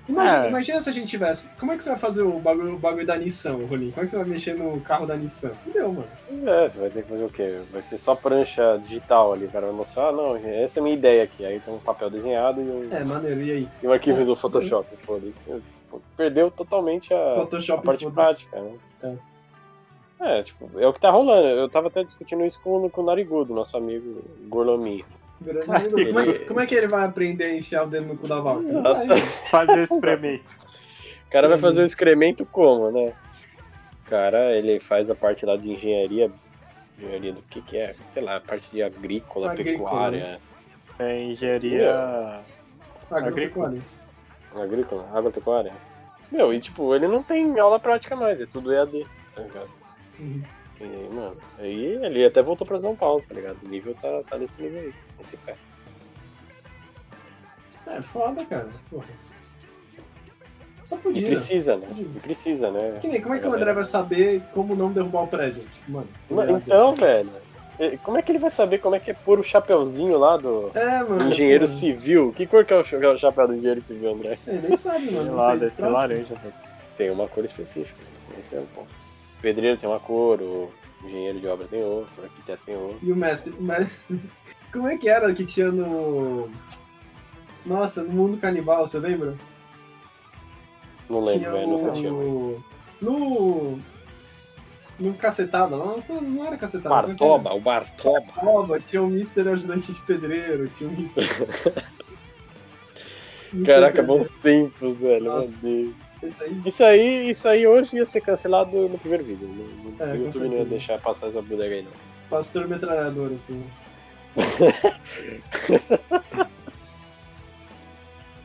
Imagina, É. imagina se a gente tivesse. Como é que você vai fazer o bagulho, o bagulho da Nissan, Rolim? Como é que você vai mexer no carro da Nissan? Fudeu, mano. Pois é, você vai ter que fazer o quê? Vai ser só prancha digital ali, o cara vai mostrar, ah, não, essa é a minha ideia aqui. Aí tem um papel desenhado e um, É, maneiro, e aí? e um arquivo do Photoshop, foda-se. Pô, Perdeu totalmente a, a Photoshop É, parte foda-se. prática, né? É, tipo, é o que tá rolando. Eu tava até discutindo isso com, com o Narigudo, nosso amigo Gorlominho. Grande Ai, amigo. Como, é, ele- como é que ele vai aprender a enfiar o dedo no cu da vaca? Não Exato. vai, né? Fazer esse experimento. O cara vai Uhum. fazer o excremento como, né? O cara, ele faz a parte lá de engenharia, engenharia do que que é? Sei lá, a parte de agrícola, Agrícola, né? pecuária. É engenharia. Agropecuária. Agrícola, agropecuária. Meu, e tipo, ele não tem aula prática mais, é tudo EAD, tá ligado? Uhum. E, mano, aí ele até voltou pra São Paulo, tá ligado? O nível tá, tá nesse nível aí, nesse pé. É foda, cara. Porra. Só E fudido. precisa, né? E precisa, né? Que nem, como é que o André vai saber como não derrubar o prédio? Tipo, mano. Mas, obrigado. Então, velho, eh, como é que ele vai saber como é que é pôr o chapeuzinho lá do É, mano. engenheiro civil? Que cor que é o cha- o chapéu do engenheiro civil, André? Ele É, nem sabe, mano. Sei não lá, fez deve ser pra- laranja, né? velho. Tem uma cor específica, né? esse é o ponto. O pedreiro tem uma cor, o engenheiro de obra tem outra, o arquiteto tem outra. E o mestre. Mas... Como é que era que tinha no. Nossa, no mundo canibal, você lembra? Não lembro, Tinha velho, não sei se o. No. No cacetada, não, não era cacetada. como é que era? Bartoba, o Bartoba. Nova, tinha o Mr. Ajudante de Pedreiro, tinha um o Mr. Mr. Caraca, Pedreiro. bons tempos, velho. meu Nossa. Deus. Esse aí, Isso aí, isso aí hoje ia ser cancelado no primeiro vídeo. No, no É, com YouTube não ia certeza. deixar passar essa bodega aí, não. pastor metralhadora. assim.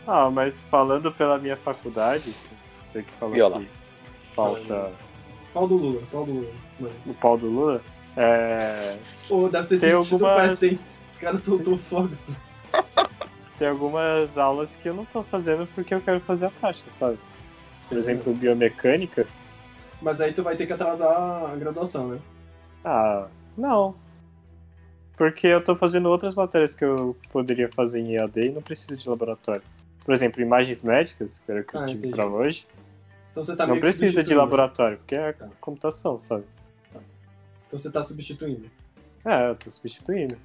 Ah, mas falando pela minha faculdade, você que falou Viola. que falta Pau do Lula, pau do Lula. Mano. o pau do Lula, é, Pô, deve ter tem, tido algumas, festa, hein? Os caras soltou fogos. tem algumas aulas que eu não tô fazendo porque eu quero fazer a prática, sabe? Por exemplo, biomecânica, Mas aí tu vai ter que atrasar a graduação, né? Ah, não. Porque eu tô fazendo outras matérias que eu poderia fazer em EAD e não preciso de laboratório. Por exemplo, imagens médicas, que era o que Ah, eu tive entendi. pra hoje, Então você tá não meio que precisa de substituindo. laboratório, porque é Tá. computação, sabe? Então você tá substituindo. É, eu tô substituindo.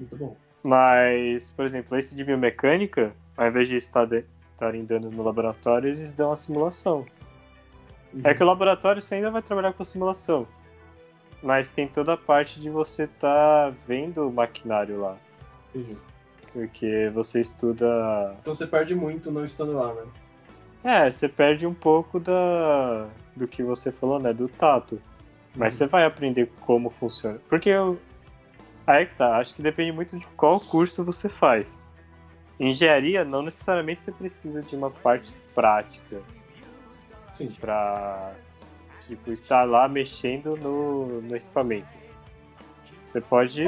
Muito bom. Mas, por exemplo, esse de biomecânica, ao invés de estar de- estarem dando no laboratório, eles dão a simulação. É que o laboratório você ainda vai trabalhar com simulação. Mas tem toda a parte de você tá vendo o maquinário lá. Uhum. Entendi. Porque você estuda. Então você perde muito não estando lá, né? É, você perde um pouco da. do que você falou, né? Do tato. Mas você vai aprender como funciona. Porque eu. Aí que tá, acho que depende muito de qual curso você faz. Engenharia, não necessariamente você precisa de uma parte prática. Sim. pra tipo, estar lá mexendo no, no equipamento. Você pode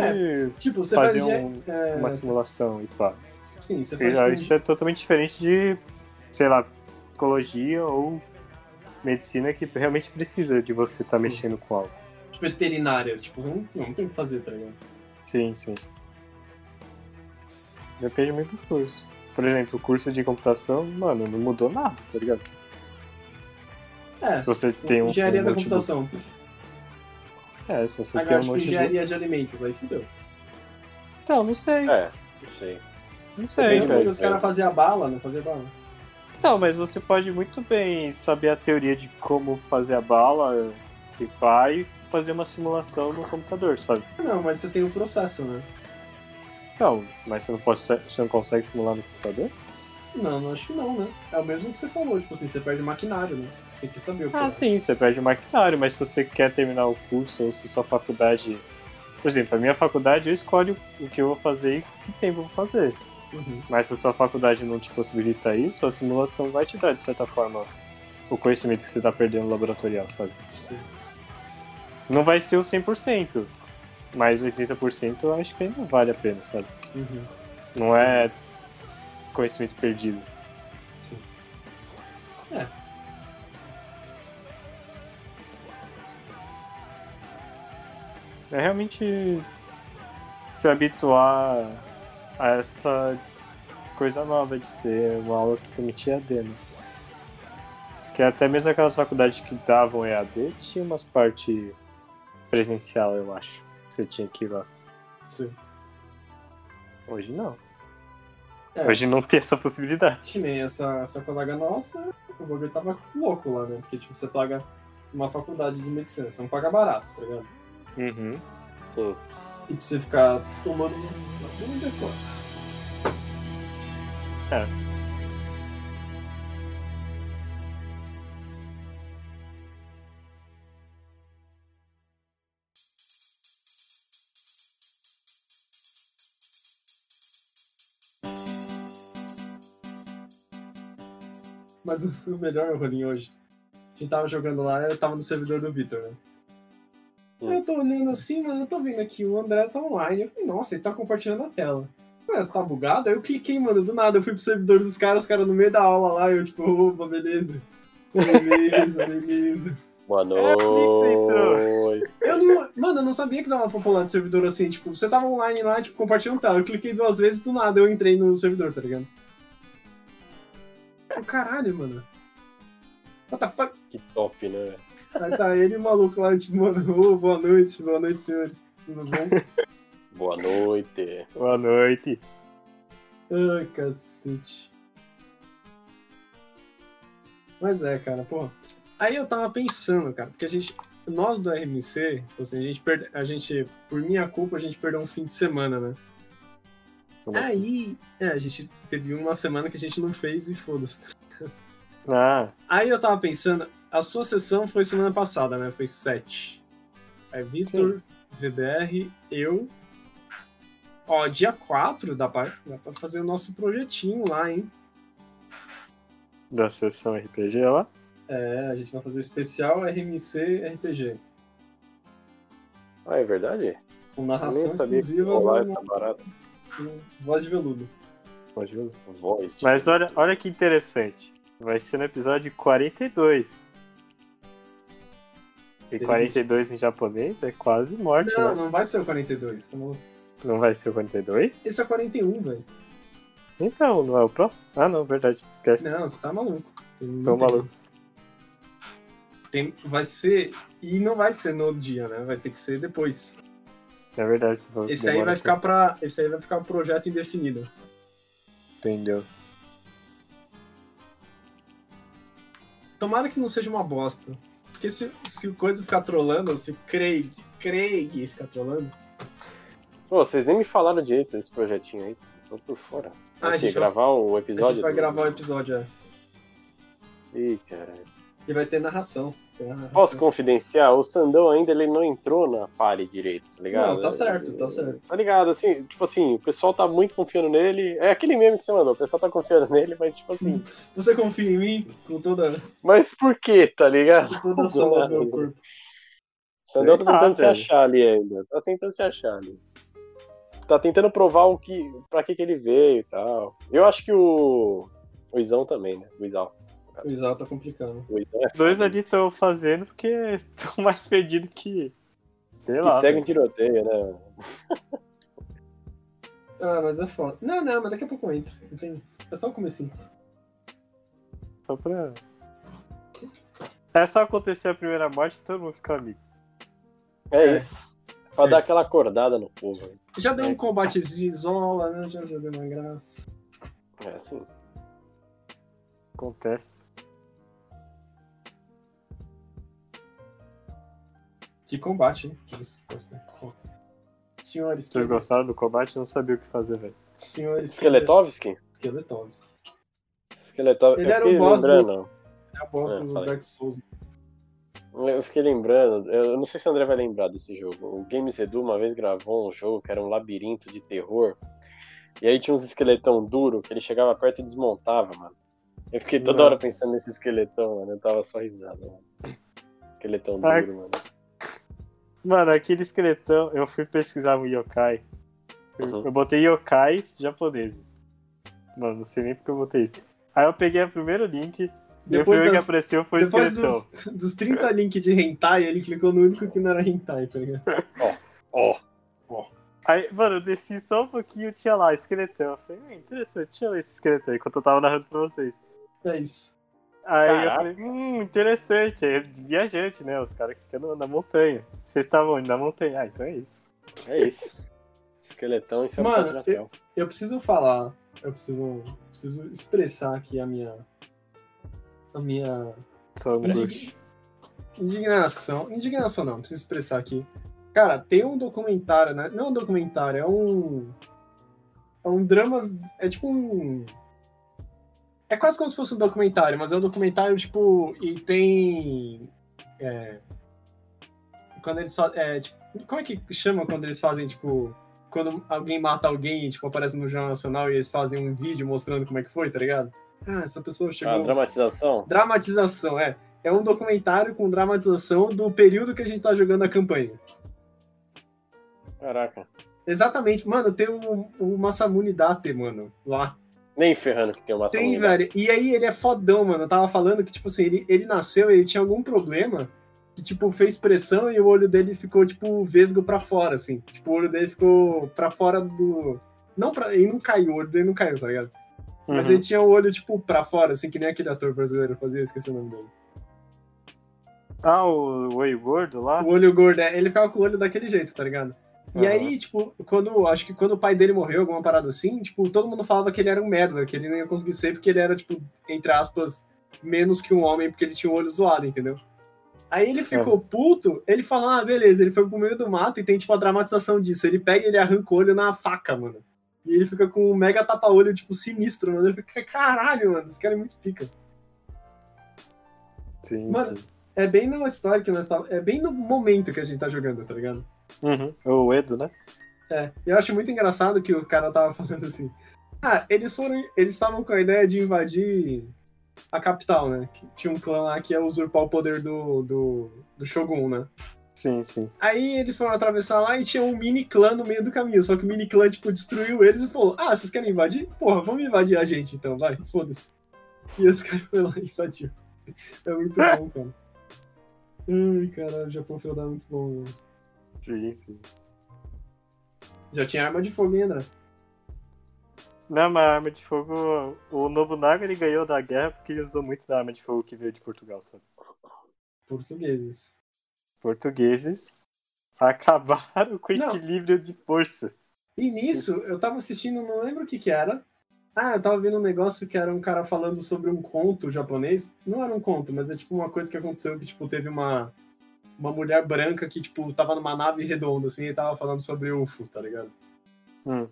Tipo, você fazer vai... um- é, uma simulação e pá. Sim, você Porque faz... um- já com- Isso é totalmente diferente de, sei lá, psicologia ou medicina que realmente precisa de você estar Sim. mexendo com algo. tipo, veterinária. Tipo, não, não tem o que fazer, tá ligado? Sim, sim. Depende muito do curso. Por exemplo, o curso de computação, mano, não mudou nada, tá ligado? É. Se você tem um, engenharia um da notebook- computação. É, se você Agora, tem um tipo, monte de... É, engenharia de alimentos. Aí fudeu. Então, não sei, É, não sei. não Tem, Lembra sei, velho. velho. que os caras faziam a bala, não faziam bala? Então, mas você pode muito bem saber a teoria de como fazer a bala e pá, e fazer uma simulação no computador, sabe? Ah, Não, mas você tem o processo, né? Então, mas você não, pode, você não consegue simular no computador? Não, não acho que não, né? É o mesmo que você falou, tipo assim, você perde maquinário, né? Você tem que saber o que Ah, sim, você perde o maquinário, mas se você quer terminar o curso ou se sua faculdade. Por exemplo, a minha faculdade eu escolho o que eu vou fazer e que tempo eu vou fazer. Uhum. Mas se a sua faculdade não te possibilita isso, a simulação vai te dar, de certa forma, o conhecimento que você tá perdendo laboratorial, sabe? Sim. Não vai ser o 100%, mas 80% eu acho que ainda vale a pena, sabe? Uhum. Não é conhecimento perdido. É realmente se habituar a essa coisa nova de ser uma aula totalmente EAD, né? Que até mesmo aquelas faculdades que davam EAD tinha umas partes presencial, eu acho. Você tinha que ir lá. Sim. Hoje não. É. Hoje não tem essa possibilidade. Que nem essa, essa colega nossa, o bagulho tava louco lá, né? Porque, tipo, você paga uma faculdade de medicina, você não paga barato, tá ligado? Uhum. Sim. E pra você ficar tomando um um default. Mas o melhor rolinho hoje. A gente tava jogando lá, eu tava no servidor do Vitor, né? Hum. Eu tô olhando assim, mano, eu tô vendo aqui, o André tá online. Eu falei, nossa, ele tá compartilhando a tela. Ué, tá bugado? Aí eu cliquei, mano, do nada, eu fui pro servidor dos caras, os caras no meio da aula lá, eu tipo, opa, beleza. Beleza, beleza. Boa É, Flix noite. Eu não. Mano, eu não sabia que dava pra pular de servidor assim, tipo, você tava online lá, tipo, compartilhando tela. Eu cliquei duas vezes do nada eu entrei no servidor, tá ligado? Oh, caralho, mano. What the fuck? Que top, né? Aí tá ele e o maluco lá, tipo, mano, ô, boa noite, boa noite, senhores. Tudo bom? Boa noite. Boa noite. Ai, cacete. Mas é, cara, porra. Aí eu tava pensando, cara, porque a gente, nós do RMC, tipo assim, a gente, perde, a gente, por minha culpa, a gente perdeu um fim de semana, né? Como assim? Aí, é, a gente teve uma semana que a gente não fez e foda-se. Ah, Aí eu tava pensando, a sua sessão foi semana passada, né? Foi 7. É Vitor, VBR, eu. Ó, dia 4 dá pra, dá pra fazer o nosso projetinho lá, hein? da sessão RPG lá? É, a gente vai fazer especial RMC RPG. Ah, é verdade? Com Eu narração nem sabia que ia exclusiva rolar do- essa parada. do Voz de Veludo. Pode ver. Voz. tipo. Mas olha, olha que interessante. Vai ser no episódio 42. E 42 em japonês é quase morte, Não, né? não vai ser o 42. tá maluco? Não vai ser o 42? Esse é o 41, velho. Então, não é o próximo? Ah, não, verdade. Esquece. Não, você tá maluco. Tem- Tô é um tem- maluco. tem- vai ser. E não vai ser no dia, né? Vai ter que ser depois. É verdade. você falou que Esse aí demora vai um ficar pra. Esse aí vai ficar um projeto indefinido. tempo. Entendeu? Tomara que não seja uma bosta. Porque se, se o coisa ficar trolando, se o Craig, Craig ficar trolando. Pô, vocês nem me falaram direito desse projetinho aí. Tô por fora. Ah, a Vai o quê? gente vai- gravar o episódio? a gente vai do- gravar o episódio. é. Ih, caralho. E vai ter narração. Tem narração. Posso confidenciar? O Sandão ainda ele não entrou na pare direito, tá ligado? Não, tá certo, tá certo. Tá ligado, assim, tipo assim, o pessoal tá muito confiando nele. É aquele meme que você mandou, o pessoal tá confiando nele, mas tipo assim. Você confia em mim com toda, Mas por que, tá ligado? com toda a sala do meu corpo? O Sandão tá Sei lá, tentando se velho. achar ali ainda. Tá tentando se achar ali. Tá tentando provar o que. pra que, que ele veio e tal. Eu acho que o. O Izão também, né? O Izal. O Isal tá complicando. O Izão é Dois ali estão fazendo porque estão mais perdidos que. Sei que lá. segue um velho. tiroteio, né? Ah, mas é foda. Não, não, mas daqui a pouco eu entro. Não tem- É só o comecinho. Só pra. É só acontecer a primeira morte que todo mundo fica amigo. É, É. isso. Pra É dar isso. aquela acordada no povo. né? Já deu um combate isola, né? Já, já deu uma graça. É assim. Acontece. Que combate, hein? Diga se você conta. né? Senhores, Vocês gostaram do combate? Eu não sabia o que fazer, velho. senhores Skeletovski? Skeletovs. Skeletovski. Ele eu era o fiquei boss do- lembrando. É a bosta É, do fala aí. Dark Souls. Eu fiquei lembrando. Eu não sei se o André vai lembrar desse jogo. O Games Edu uma vez gravou um jogo que era um labirinto de terror. E aí tinha uns esqueletão duro que ele chegava perto e desmontava, mano. Eu fiquei toda Não. hora pensando nesse esqueletão, mano. Eu tava só risada, mano. Esqueletão Ah, duro, mano. Mano, aquele esqueletão, eu fui pesquisar um yokai. Eu, Uhum. eu botei yokais japoneses. Mano, não sei nem porque eu botei isso. Aí eu peguei o primeiro link, e o Depois primeiro das- que apareceu foi o Depois esqueletão. dos, dos 30 links de hentai, ele clicou no único que não era hentai, tá ligado? Ó, Aí, mano, eu desci só um pouquinho, tinha lá, esqueletão. Eu falei, ah, interessante, tinha lá esse esqueletão, enquanto eu tava narrando pra vocês. É isso. Aí Caraca. eu falei, hum, interessante. Aí, viajante, né? Os caras que ficam na montanha. Vocês estavam onde? na montanha. Ah, então é isso. é isso. Esqueletão e seu Mano, de Natal. Eu preciso falar, eu preciso, preciso expressar aqui a minha. A minha. Tô bruxo. Indignação. Indignação não, preciso expressar aqui. Cara, tem um documentário, né? Não é um documentário, é um. É um drama. É tipo um. É quase como se fosse um documentário, mas é um documentário, tipo. E tem. é, quando eles fazem. como é que chama quando eles fazem, tipo. Quando alguém mata alguém, tipo, aparece no Jornal Nacional e eles fazem um vídeo mostrando como é que foi, tá ligado? Ah, essa pessoa chegou. Ah, dramatização? Dramatização, é. É um documentário com dramatização do período que a gente tá jogando a campanha. Caraca. Exatamente, mano, tem o, o Masamune Date, mano, lá. Nem ferrando que tem uma ação né? Tem, unidade. velho. E aí ele é fodão, mano. Eu tava falando que, tipo assim, ele, ele nasceu e ele tinha algum problema que, tipo, fez pressão e o olho dele ficou, tipo, vesgo pra fora, assim. Tipo, o olho dele ficou pra fora do. Não, pra... ele não caiu, o olho dele não caiu, tá ligado? Uhum. Mas ele tinha o olho, tipo, pra fora, assim, que nem aquele ator brasileiro fazia, esqueci o nome dele. Ah, o Oi Gordo lá? O olho gordo, é. Ele ficava com o olho daquele jeito, tá ligado? E Aham. aí, tipo, quando. Acho que quando o pai dele morreu, alguma parada assim, tipo, todo mundo falava que ele era um merda, que ele não ia conseguir ser, porque ele era, tipo, entre aspas, menos que um homem, porque ele tinha o olho zoado, entendeu? Aí ele ficou puto, ele falou, ah, beleza, ele foi pro meio do mato e tem, tipo, a dramatização disso. Ele pega e ele arranca o olho na faca, mano. E ele fica com um mega tapa-olho, tipo, sinistro, mano. Ele fica, caralho, mano, esse cara é muito pica. Sim, Mano. sim. É bem na história que nós tava. É bem no momento que a gente tá jogando, tá ligado? Uhum. O Edo, né? É, e eu acho muito engraçado que o cara tava falando assim. Ah, eles foram. Eles estavam com a ideia de invadir a capital, né? Que tinha um clã lá que ia usurpar o poder do, do, do Shogun, né? Sim, sim. Aí eles foram atravessar lá e tinha um mini clã no meio do caminho. Só que o mini clã, tipo, destruiu eles e falou: Ah, vocês querem invadir? Porra, vamos invadir a gente então, vai, foda-se. E esse cara foi lá e invadiu. É muito bom, cara. Ai, caralho, o Japão feudal é muito bom. Né? Sim, sim. Já tinha arma de fogo ainda. né? Não, mas a arma de fogo. O Nobunaga ele ganhou da guerra porque ele usou muito da arma de fogo que veio de Portugal, sabe? Portugueses. Portugueses acabaram com o Não. equilíbrio de forças. E nisso, eu tava assistindo, não lembro o que que era. Ah, eu tava vendo um negócio que era um cara falando sobre um conto japonês. Não era um conto, mas é tipo uma coisa que aconteceu que, tipo, teve uma, uma mulher branca que, tipo, tava numa nave redonda, assim, e tava falando sobre UFO, tá ligado? Hum.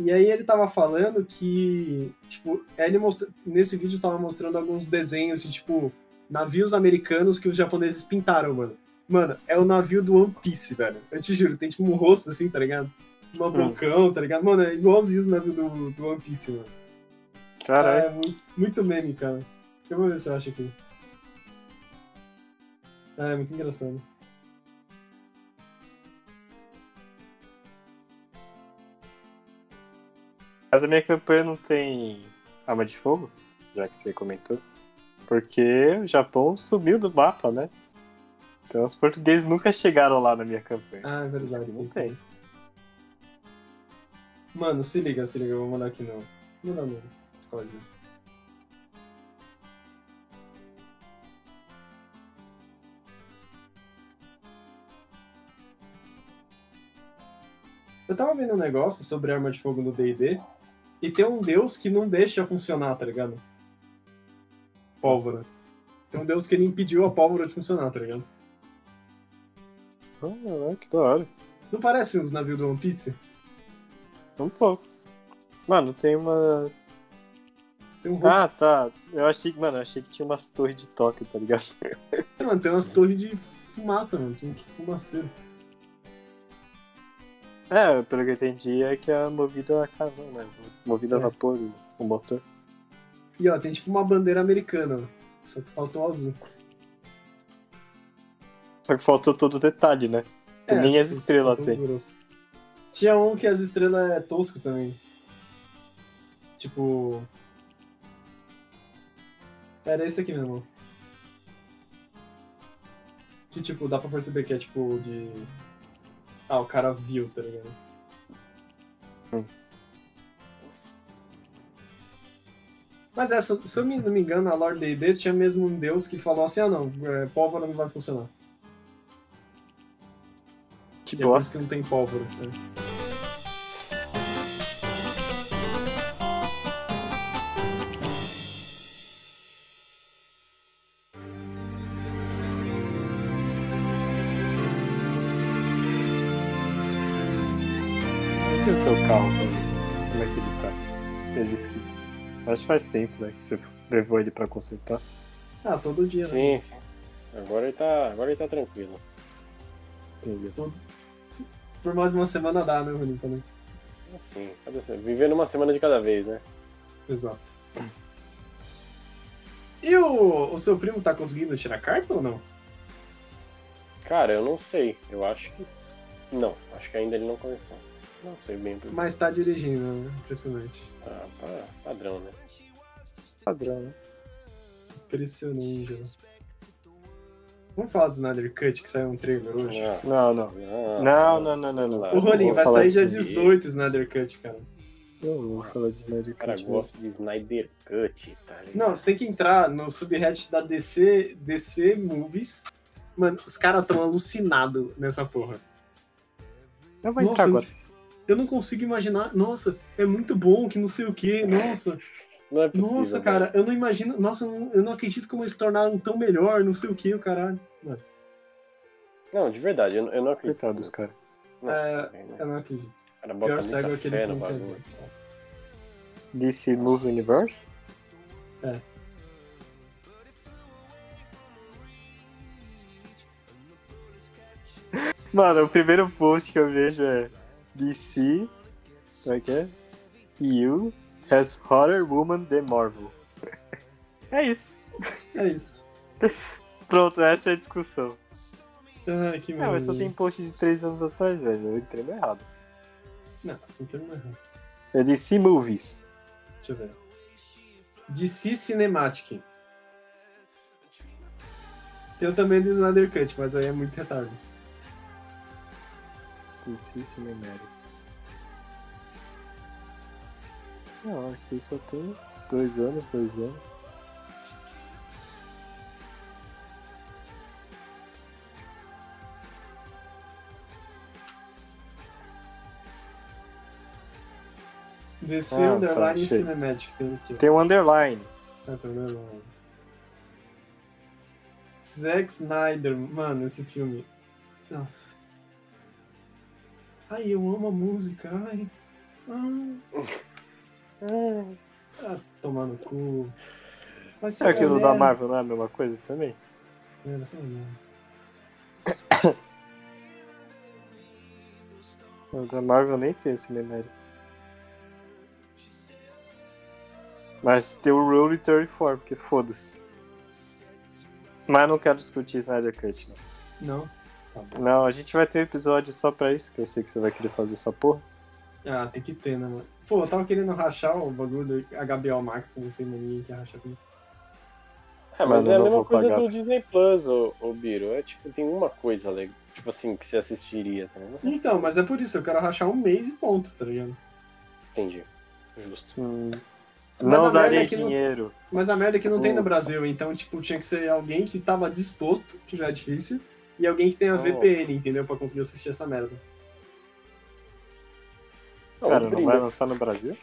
E aí ele tava falando que, tipo, ele mostra... nesse vídeo tava mostrando alguns desenhos, assim, tipo, navios americanos que os japoneses pintaram, mano. Mano, é o navio do One Piece, velho. Eu te juro, tem tipo um rosto assim, tá ligado? Um bocão, tá ligado? Mano, é igualzinho os navios do, do One Piece, mano. Caralho. É mu- muito meme, cara. Deixa eu ver se eu acho aqui. Ah, é muito engraçado. Mas a minha campanha não tem arma de fogo, já que você comentou. Porque o Japão sumiu do mapa, né? Então os portugueses nunca chegaram lá na minha campanha. Ah, é Por isso que verdade. não isso. tem. Mano, se liga, se liga, eu vou mandar aqui não. Manda no Discord. Eu tava vendo um negócio sobre arma de fogo no D&D e tem um deus que não deixa funcionar, tá ligado? Pólvora. Tem um deus que ele impediu a pólvora de funcionar, tá ligado? Ah, que da hora. Não parece os navios do One Piece? Um pouco. Mano, tem uma. Tem um rosto Ah, tá. Eu achei que, mano, eu achei que tinha umas torres de toque, tá ligado? Mano, tem umas torres de fumaça, mano. Tinha uns fumaceiros. É, pelo que eu entendi é que é movida a carvão, né? Movida a É. vapor, o- o motor. E ó, tem tipo uma bandeira americana. ó. Só que faltou o azul. Só que faltou todo o detalhe, né? Que nem as só estrelas faltou tem. o É, grosso. Tinha um que as estrelas é tosco também. Tipo. Era esse aqui mesmo. Que tipo, dá pra perceber que é tipo de. Ah, o cara viu, tá ligado? Hum. Mas é, se, se eu me- não me engano, a Lord D&D tinha mesmo um deus que falou assim, ah não, é, pólvora não vai funcionar. Que E é por isso bosta. que não tem pólvora. né? Mas e o seu carro, velho? Como é que ele tá? Você disse que. Acho que faz tempo, né? Que você levou ele pra consertar. Ah, todo dia, né? Sim, sim. Agora ele tá, agora ele tá tranquilo. Entendeu? Por mais uma semana dá, né, Rolim, também. Assim, cada se- vivendo uma semana de cada vez, né? Exato. E o, o seu primo tá conseguindo tirar carta ou não? Cara, eu não sei. Eu acho que. s- Não, acho que ainda ele não começou. Não sei bem. por- Mas tá dirigindo, né? Impressionante. Ah, pa- padrão, né? Um Padrão, né? Impressionante. né? Vamos falar do Snyder Cut, que saiu um trailer hoje. Não, não. Ah, Não, Não, não, não, não, não. O O Eu não Rolim É, vou vai falar sair dia disso, de- 18 o Snyder Cut, cara. Eu não vou falar de nada de O cara Cut, não. gosta de Snyder Cut, tá ligado? Não, você tem que entrar no subreddit da DC, DC Movies. Mano, os caras tão alucinados nessa porra. Eu vou entrar agora. Eu não consigo imaginar. Nossa, é muito bom que não sei o quê. Nossa, Não é possível. nossa, cara, eu não imagino. Nossa, eu não, eu não acredito como eles se tornaram tão melhor, não sei o quê, o caralho. Não, de verdade, eu, não- eu não acredito. Coitado dos caras. Nossa, É, velho, né? Eu não acredito. o cara bota Pior muita cego é aquele fé que no não bagulho. quer DC Move Universe? É. Mano, o primeiro post que eu vejo é DC. Como é que é? You has hotter woman than Marvel. É isso. É isso. Pronto, essa é a discussão. Ai, que Não, mas só tem post de 3 anos atrás, velho. Eu entrei no errado. Não, você não tem mais nada. É DC Movies. Deixa eu ver. DC Cinematic. Tem o também do Snyder Cut, mas aí é muito retardo. Justiça Memério. Não, aqui só tem dois anos, dois anos. Desceu Ah, tá, Underline achei. Cinematic, tem aqui. Tem um underline. Ah, tá vendo? Zack Snyder, mano, esse filme. Nossa. Ai, eu amo a música, ai. Ai, ah, tomar no cu. Mas Será essa que o da galera- Marvel não é a mesma coisa também? Era essa é. galera. O da Marvel nem tem esse memério. Mas tem o Rule 34, porque foda-se. Mas não quero discutir Snyder Cut, não. Não? Tá bom. Não, a gente vai ter um episódio só pra isso, que eu sei que você vai querer fazer essa porra. Ah, tem que ter, né, mano? Pô, eu tava querendo rachar o bagulho do HBO Max, não sei, mas ninguém quer rachar comigo. É, Mano, mas é eu a não mesma vou coisa pagar. do Disney Plus, ô, ô Biro. É tipo, tem uma coisa legal. Tipo assim, que você assistiria, tá ligado? Então, mas é por isso, eu quero rachar um mês e ponto, tá ligado? Entendi. Justo. Mas a Não merda daria é que não- dinheiro. Mas a merda é que não tem no Oh. Brasil, então, tipo, tinha que ser alguém que tava disposto, que já é difícil, e alguém que tenha Oh. VPN, entendeu? Pra conseguir assistir essa merda. Não, Cara, não briga. vai lançar no Brasil?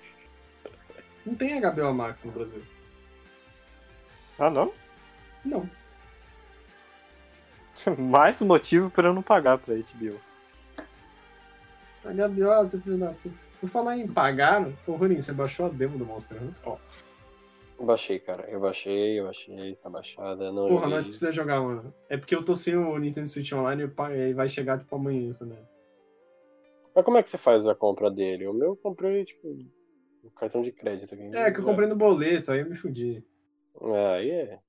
Não tem HBO Max no Brasil. Ah, não? Não. Mais um motivo pra eu não pagar pra HBO. HBO, ah, você filho da puta. Por falar em pagar, ô Ronin, você baixou a demo do Monster né? Hunter? Ó, Eu baixei, cara. Eu baixei, eu baixei. Está baixada. Não, porra, joguei. nós precisa jogar, mano. É porque eu tô sem o Nintendo Switch Online e o pai- e vai chegar, tipo, amanhã essa merda. Mas como é que você faz a compra dele? O meu eu comprei, tipo, no cartão de crédito. Aqui. É, que eu comprei no boleto, aí eu me fudi. É, aí é.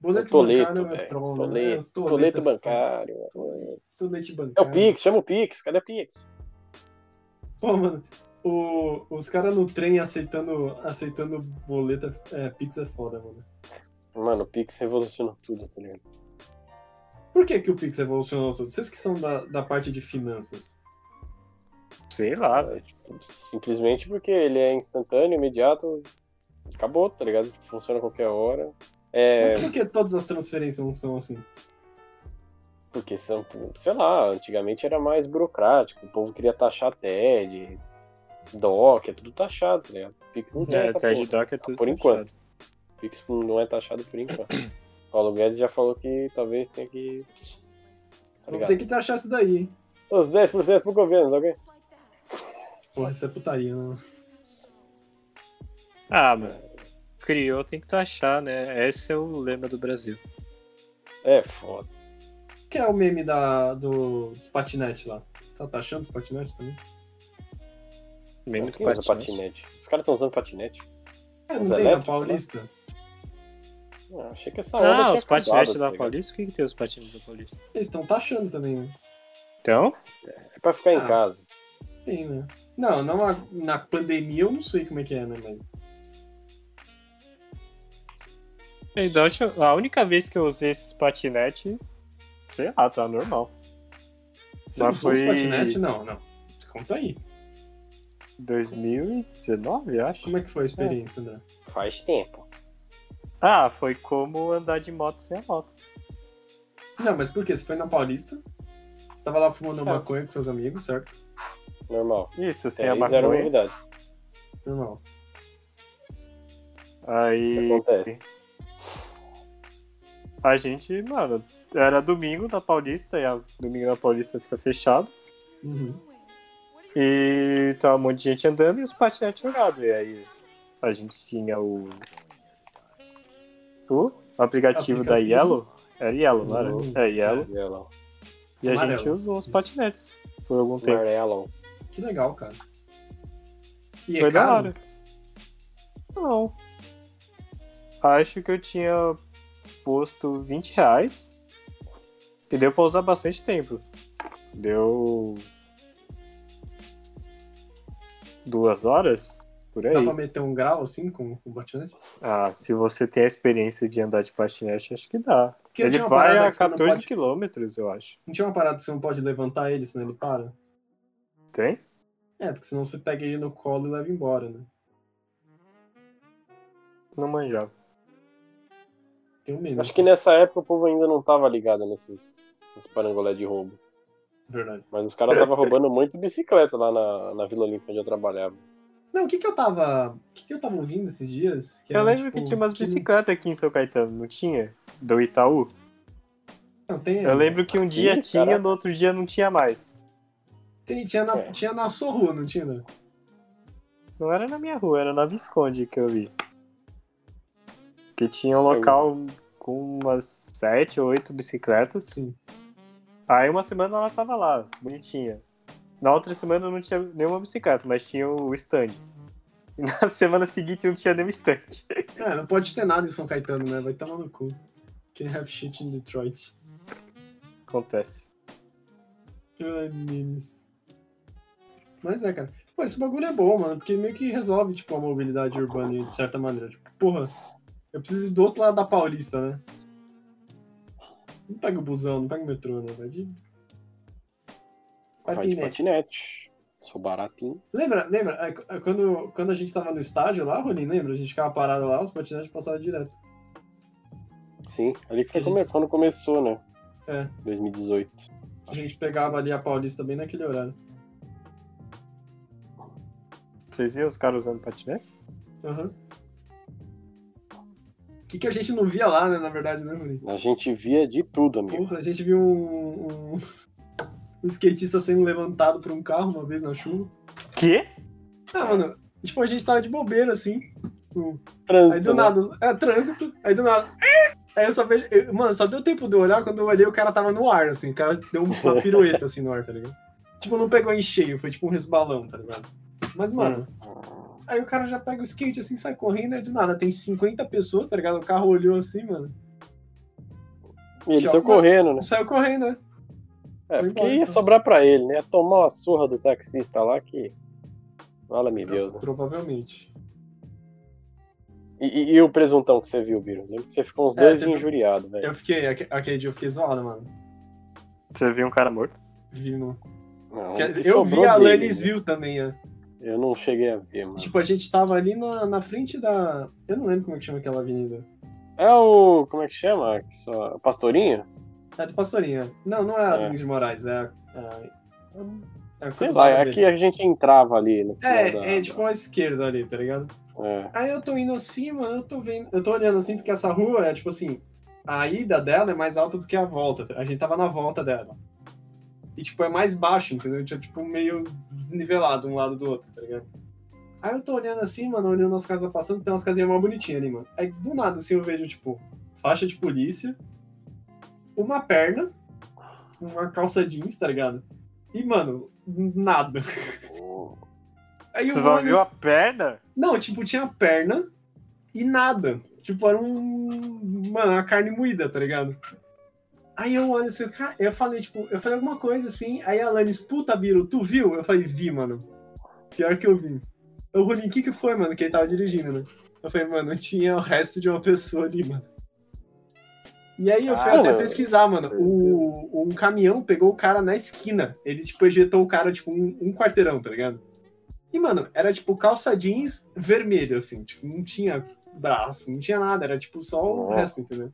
Boleto Toleto, bancário é velho. troll, né? É, Toleto, toleto é toleto foda. bancário. Tolete É bancário. o Pix, chama o Pix. Cadê o Pix? Pô, mano, o- os caras no trem aceitando, aceitando boleta é, pizza é foda, mano. Mano, o Pix revolucionou tudo, tá ligado? Por que, que o Pix evolucionou tudo? Vocês que são da, da parte de finanças. Sei lá, velho. Simplesmente porque ele é instantâneo, imediato. Acabou, tá ligado? Funciona a qualquer hora. É, Mas por que todas as transferências não são assim? porque são, sei lá, antigamente era mais burocrático. O povo queria taxar TED, DOC, é tudo taxado, tá ligado? Pix não tem É, essa Ted porra. Doc é tudo Por taxado. enquanto. Pix não é taxado por enquanto. Paulo Guedes já falou que talvez tenha que. Tá Vamos ligado? ter que taxar isso daí, hein? Os 10% pro governo, tá ok? Porra, isso é putaria, né? Ah, mano. Criou tem que taxar, né? Esse é o lema do Brasil. É foda. O que é o meme da, do, dos patinetes lá? Tá taxando os patinetes também? Bem muito Quem usa patinete. patinete? Os caras estão usando patinete? É, Os não tem na elétricos, né? Paulista? Ah, achei que essa onda Ah, tinha os patinetes acabado, da tá ligado? Paulista? O que, que tem os patinetes da Paulista? Eles estão taxando também, né? Então? É pra ficar Ah. em casa. Tem, né? Não, não a- na pandemia eu não sei como é que é, né? Mas. e da última- A única vez que eu usei esses patinetes, sei lá, tá normal. Você Mas usou os foi- patinete? Não, não. Conta aí. 2019, acho. Como é que foi a experiência, André? Faz tempo. Ah, foi como andar de moto sem a moto. Não, mas por quê? Você foi na Paulista? Você tava lá fumando É. maconha com seus amigos, certo? Normal. Isso, sem Até a aí zero um, maconha. novidades. Normal. Isso Aí acontece. a gente, mano, era domingo na Paulista, e a domingo na Paulista fica fechado. Uhum. E tava um monte de gente andando e os patinetes jogados. E aí a gente tinha o. O aplicativo, da Aplicativo. Yellow. Era Yellow, não era? Uhum. É Yellow. Amarelo. E a Amarelo. gente usou os Isso. patinetes por algum tempo. Amarelo. Que legal, cara. E é Foi da caro? hora. Não. Acho que eu tinha posto 20 reais. E deu pra usar bastante tempo. Deu. Duas horas? Por aí. Dá pra meter um grau assim com com o patinete? Ah, se você tem a experiência de andar de patinete, acho que dá. Porque Ele tinha uma vai parada a que você não 14 pode- quilômetros, eu acho. Não tinha uma parada que você não pode levantar ele, senão ele para? Tem? É, porque senão você pega ele no colo e leva embora, né? Não manjava. Tem um medo. Acho que nessa época o povo ainda não tava ligado nesses, nesses parangolé de roubo. Verdade. Mas os caras estavam roubando muito bicicleta lá na, na Vila Olímpica onde eu trabalhava. Não, o que que eu tava. O que que eu tava ouvindo esses dias? Que eu era, lembro tipo, que tinha umas bicicletas aqui em São Caetano, não tinha? Do Itaú. Não, tem. Eu lembro que um dia Ih, tinha, caraca. no outro dia não tinha mais. Tem, tinha, na, É. tinha na Sorru, não tinha? né? Não era na minha rua, era na Visconde que eu vi. Que tinha um local com umas sete ou oito bicicletas. Sim. Aí uma semana ela tava lá, bonitinha. Na outra semana não tinha nenhuma bicicleta, mas tinha o stand. E na semana seguinte não tinha nenhum stand. É, não pode ter nada em São Caetano, né? Vai tomar no cu. Can't have shit in Detroit. Acontece. Ai, memes. Mas é, cara. Pô, esse bagulho é bom, mano, porque meio que resolve, tipo, a mobilidade urbana de certa maneira. Tipo, porra, eu preciso ir do outro lado da Paulista, né? Não pega o busão, não pega o metrô, né? Vai de... Vai de Patinete. patinete. Sou baratinho. Lembra, lembra, é, qu- é, quando, quando a gente tava no estádio lá, Rolim, lembra? A gente ficava parado lá, os patinetes passavam direto. Sim, ali que foi A come- quando começou, né? É. 2018. A gente pegava ali a Paulista bem naquele horário. Vocês viram os caras usando patinete? Aham. O que, que a gente não via lá, né, na verdade, né, Rolim? A gente via de tudo, amigo. Porra, a gente viu um, um, um skatista sendo levantado por um carro uma vez na chuva. Quê? Ah, mano, tipo, a gente tava de bobeira, assim. Trânsito. Aí do né? nada, é trânsito, aí do nada. "Ah!" Aí eu só vejo. eu- mano, só deu tempo de eu olhar, quando eu olhei, o cara tava no ar, assim, o cara deu uma pirueta assim no ar, tá ligado? Tipo, não pegou em cheio, foi tipo um resbalão, tá ligado? Mas, mano, Hum. aí o cara já pega o skate assim, sai correndo, aí do nada tem 50 pessoas, tá ligado? O carro olhou assim, mano. E ele Tchau. saiu correndo, né? Saiu correndo, né? É, Foi porque embora, ia então. sobrar pra ele, né? Ia tomar uma surra do taxista lá que. Fala-me Deus, né? Provavelmente. E, e- e o presuntão que você viu, Biro? Lembro que você ficou uns É, dois teve- dias injuriado, velho. Eu fiquei, aque- aquele dia eu fiquei zoado, mano. Você viu um cara morto? Vi, mano. Não, Quer o que dizer, Eu vi sobrou a dele, Lannis né? View também, ó. Eu não cheguei a ver, mano. Tipo, a gente tava ali na, na frente da. Eu não lembro como é que chama aquela avenida. É o. Como é que chama? Que só- Pastorinho? É do Pastorinha. Não, não é a É. Domingos de Moraes, é a. a- é a Sei cruzada lá, é dele. que a gente entrava ali no final da- É, é tipo uma esquerda ali, tá ligado? é. Aí eu tô indo assim, mano, eu tô vendo. Eu tô olhando assim, porque essa rua é tipo assim, a ida dela é mais alta do que a volta. A gente tava na volta dela. E tipo, é mais baixo, entendeu? Tinha tipo meio desnivelado um lado do outro, tá ligado? Aí eu tô olhando assim, mano, olhando as casas passando, tem umas casinhas mais bonitinhas ali, mano. Aí do nada assim eu vejo, tipo, faixa de polícia, uma perna, uma calça jeans, tá ligado? E, mano, nada. Aí eu Você vou só olhando viu a perna? não, tipo, tinha perna e nada. Tipo, era um. Mano, uma carne moída, tá ligado? Aí eu olho assim, cara, eu falei, tipo, eu falei alguma coisa assim, aí a Alanis, puta, Biro, tu viu? Eu falei, vi, mano. Pior que eu vi. Eu Rolim, o que que foi, mano, que ele tava dirigindo, né? Eu falei, mano, tinha o resto de uma pessoa ali, mano. E aí eu fui Cara, até pesquisar, mano. meu O, um caminhão pegou o cara na esquina. Ele, tipo, ejetou o cara, tipo, um, um quarteirão, tá ligado? E, mano, era tipo calça jeans vermelho, assim. Tipo, não tinha braço, não tinha nada. Era tipo só o Nossa. resto, entendeu?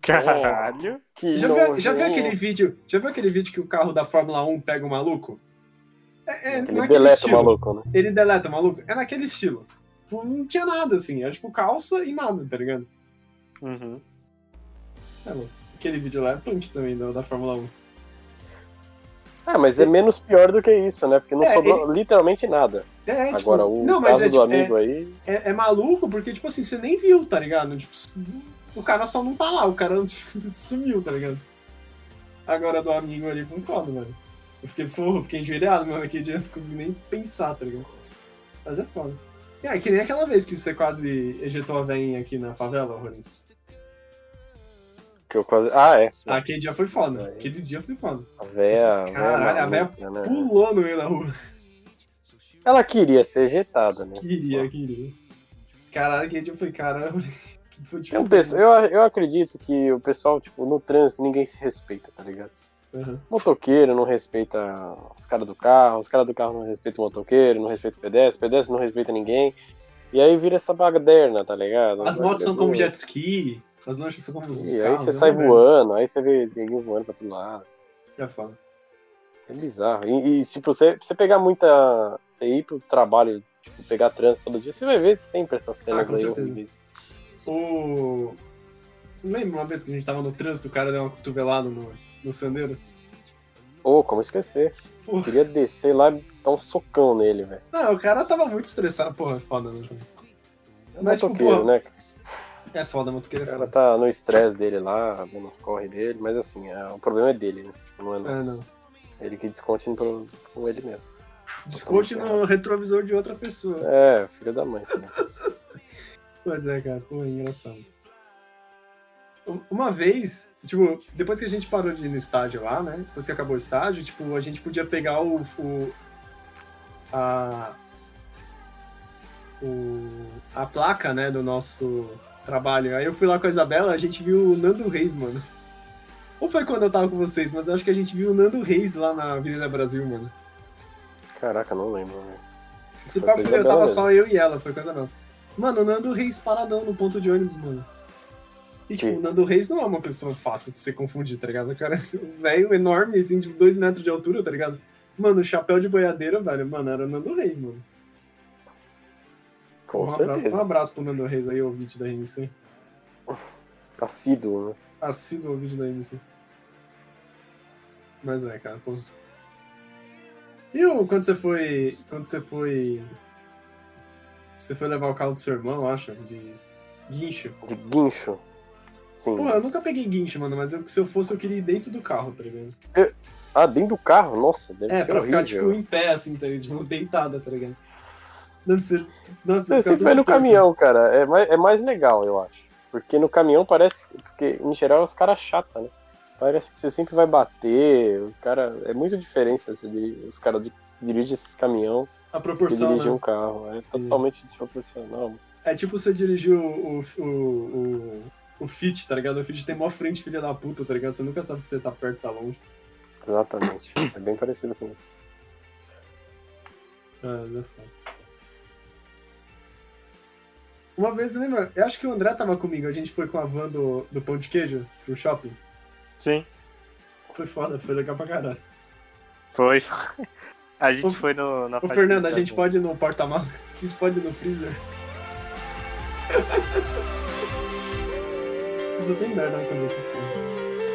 Caralho. Que Já viu, já viu nojento. aquele vídeo? Já viu aquele vídeo que o carro da Fórmula 1 pega o maluco? É, é Aquele naquele deleta estilo. maluco, né? Ele deleta o maluco? É naquele estilo. Tipo, Não tinha nada, assim. Era tipo calça e nada, tá ligado? Uhum. É, mano. Aquele vídeo lá é punk também, da, da Fórmula 1. Ah, mas é menos pior do que isso, né? Porque não É, sobrou literalmente nada. É, é, tipo, Agora, o não, mas caso é, do tipo, é- amigo aí. é, é maluco porque, tipo assim, você nem viu, tá ligado? Tipo, o cara só não tá lá, o cara sumiu, tá ligado? Agora do amigo ali foi foda, mano. Eu fiquei, porra, fiquei enjoelhado, mano, aquele dia eu não consegui nem pensar, tá ligado? Mas é foda. É, que nem aquela vez que você quase ejetou a veinha aqui na favela, Rony. Que eu quase... Ah, é. Ah, aquele dia foi foda, aquele dia foi foda. A véia. Caralho, a véia maluca, né? Pulou no meio da rua. Ela queria ser ejetada, né? Queria, queria. Caralho, tipo aquele dia eu falei, caralho, Eu, penso, É um eu, eu acredito que o pessoal, tipo, no trânsito ninguém se respeita, tá ligado? Uhum. Motoqueiro não respeita os caras do carro, os caras do carro não respeitam o motoqueiro, não respeita o pedestre, o pedestre não respeita ninguém. E aí vira essa baderna, tá ligado? As motos são como Baderna. jet ski, as lanchas são como os E aí carros, você é sai uma merda. voando, aí você vê ninguém voando pra todo lado. Já falo. É bizarro. E, e se você, você pegar muita. Você ir pro trabalho, tipo, pegar trânsito todo dia, você vai ver sempre essas cenas Ah, com aí. certeza. horríveis. O... Você lembra uma vez que a gente tava no trânsito, o cara deu uma cotovelada no, no sandeiro? Ô, como esquecer? Porra. Queria descer lá e dar um socão nele, velho. Não, o cara tava muito estressado. Porra, é foda, né? É um Mas, tipo, motoqueiro, pô, né? É foda, motoqueiro O é cara foda. tá no estresse dele lá, menos corre dele, mas assim, é- o problema é dele, né? Não é É, nosso. não. Ele que desconte pro, com ele mesmo. Desconte no retrovisor de outra pessoa. É, filho da mãe. Também. Pois é, cara, pô, é engraçado. U- Uma vez, tipo, depois que a gente parou de ir no estádio lá, né? Depois que acabou o estádio, tipo, a gente podia pegar o. o a. O, a placa, né, do nosso trabalho. Aí eu fui lá com a Isabela, a gente viu o Nando Reis, mano. Ou foi quando eu tava com vocês, mas eu acho que a gente viu o Nando Reis lá na Avenida Brasil, mano. Caraca, não lembro. né? velho. Se Foi pá, coisa fui eu dela tava mesmo. só eu e ela, foi coisa não. Mano, o Nando Reis paradão no ponto de ônibus, mano. E tipo, Sim. o Nando Reis não é uma pessoa fácil de se confundir, tá ligado? O Cara, um velho enorme, assim, de dois metros de altura, tá ligado? Mano, o chapéu de boiadeira, velho, mano, era o Nando Reis, mano. Com um Abraço, um certeza. abraço pro Nando Reis aí, ouvinte da MC. Assíduo, né? Assíduo ouvinte da MC. Mas é, cara, pô. E o, quando você foi. Quando você foi. Você foi levar o carro do seu irmão, eu acho, de guincho. De guincho. Sim. Pô, eu nunca peguei guincho, mano, mas eu- se eu fosse, eu queria ir dentro do carro, tá ligado? Ah, dentro do carro? Nossa, deve É, ser pra ficar, horrível. tipo, em pé, assim, tá ligado? Tipo, deitada, tá ligado? Deve ser. Nossa, Você deve ficar sempre todo vai no torto. caminhão, cara. É mais, é mais legal, eu acho. Porque no caminhão parece. Porque, em geral, os caras chata, né? Parece que você sempre vai bater. O cara. É muito diferença você dirige- os caras di- dirigem esses caminhão A e proporção, dirigem né? um carro. É totalmente desproporcional. É tipo você dirigir o. o, o, o... O Fit, tá ligado? O Fit tem mó frente, filha da puta, tá ligado? Você nunca sabe se você tá perto ou tá longe. Exatamente. É bem parecido com isso. Ah, Zé Fábio. Uma vez, lembra? Eu acho que o André tava comigo, a gente foi com a van do, do pão de queijo pro shopping. Sim, Foi foda, foi legal pra caralho. foi. A Ô, gente foi no, na Ô parte Fernando, do a gente Japão. pode ir no porta-malas? A gente pode ir no freezer? Só tem merda na cabeça, filho.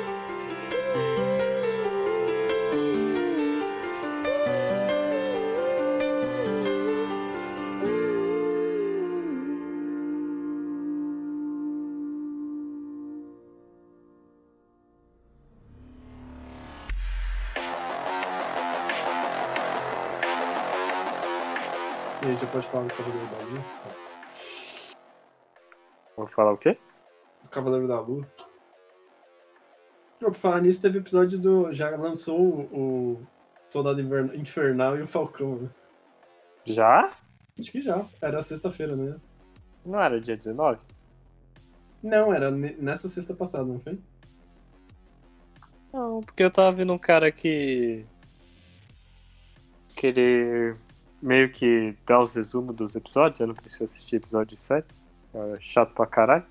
E aí, já pode falar do Cavaleiro da Lua? Vou falar o quê? Do Cavaleiro da Lua. Pô, Por falar nisso, teve episódio do. Já lançou o, o Soldado Invern- Infernal e o Falcão, né? Já? Acho que já. Era sexta-feira, né? Não era dia 19? Não, era ne- nessa sexta passada, não foi? Não, porque eu tava vendo um cara que. que ele meio que dá os resumos dos episódios, eu não preciso assistir episódio 7, é chato pra caralho.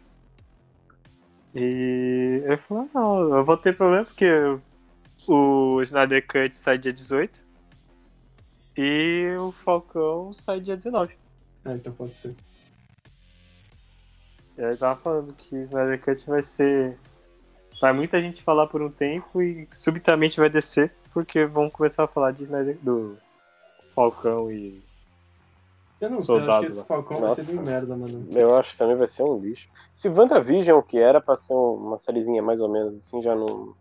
E ele falou: não, eu vou ter problema porque o Snyder Cut sai dia 18 e o Falcão sai dia 19. Ah, então pode ser. E aí tava falando que o Snyder Cut vai ser. Vai muita gente falar por um tempo e subitamente vai descer, porque vão começar a falar de Snyder do Falcão e. Eu não sei, eu acho Soldado que esse lá. Falcão vai ser Nossa. bem merda, mano. Eu acho que também vai ser um lixo. Se WandaVision, que era pra ser um, uma sériezinha mais ou menos assim, já não,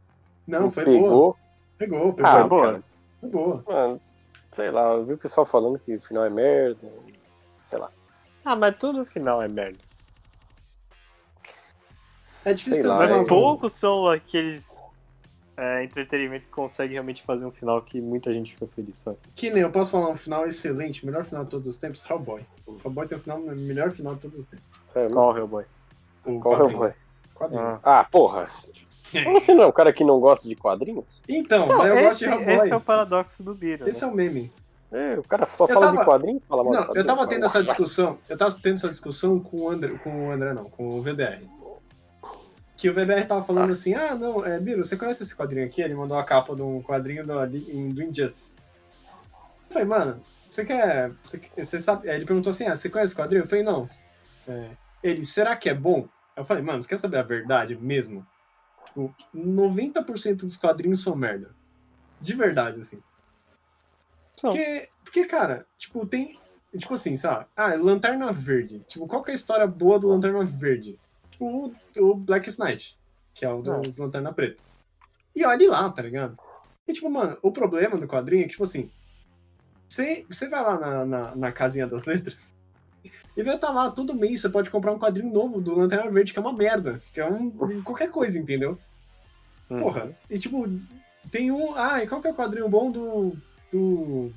Não, não foi boa. pegou. Pegou, pegou. Ah, Foi boa. cara. Foi boa. Mano, sei lá, eu vi o pessoal falando que o final é merda. Sei lá. Ah, mas todo o final é merda. É difícil sei ter lá, Ah, Mas é. eu- poucos são aqueles é, entretenimento que consegue realmente fazer um final que muita gente fica feliz, sabe? Que nem eu posso falar um final excelente, um melhor final de todos os tempos, Hellboy. Hellboy tem o final, melhor final de todos os tempos. Sério, Qual Hellboy? O é, Qual quadrinho. foi? Quadrinho. Ah. Ah, porra. Mas Você não é o cara que não gosta de quadrinhos? Então, mas eu gosto esse, de Hellboy. esse é o paradoxo do né? Biro. Esse é o meme. É, o cara só Eu fala tava- de quadrinhos e fala mal então, de Não, eu quadrinho. tava tendo essa discussão, eu tava tendo essa discussão com o André, com o André não, com o VBR. Que o VBR tava Tá. falando assim, ah, não, é, Biro, você conhece esse quadrinho aqui? Ele mandou a capa de um quadrinho do, do Injustice. Eu falei, mano, você quer, você, quer- você sabe, aí ele perguntou assim, ah, você conhece esse quadrinho? Eu falei, não. É, ele, será que é bom? Eu falei, mano, você quer saber a verdade mesmo? Tipo, 90% dos quadrinhos são merda. De verdade, assim. São. Porque, porque, cara, tipo, tem. Tipo assim, sabe? Ah, Lanterna Verde. Tipo, qual que é a história boa do Lanterna Verde? Tipo, o, o Black Knight, que é o do- Ah. dos Lanterna Preta. E olhe lá, tá ligado? E, tipo, mano, o problema do quadrinho é que, tipo assim, você você vai lá na, na, na casinha das letras e vai estar lá todo mês. Você pode comprar um quadrinho novo do Lanterna Verde, que é uma merda. Que é um, qualquer coisa, entendeu? Uhum. Porra. E tipo, tem um. Ah, e qual que é o quadrinho bom do. do.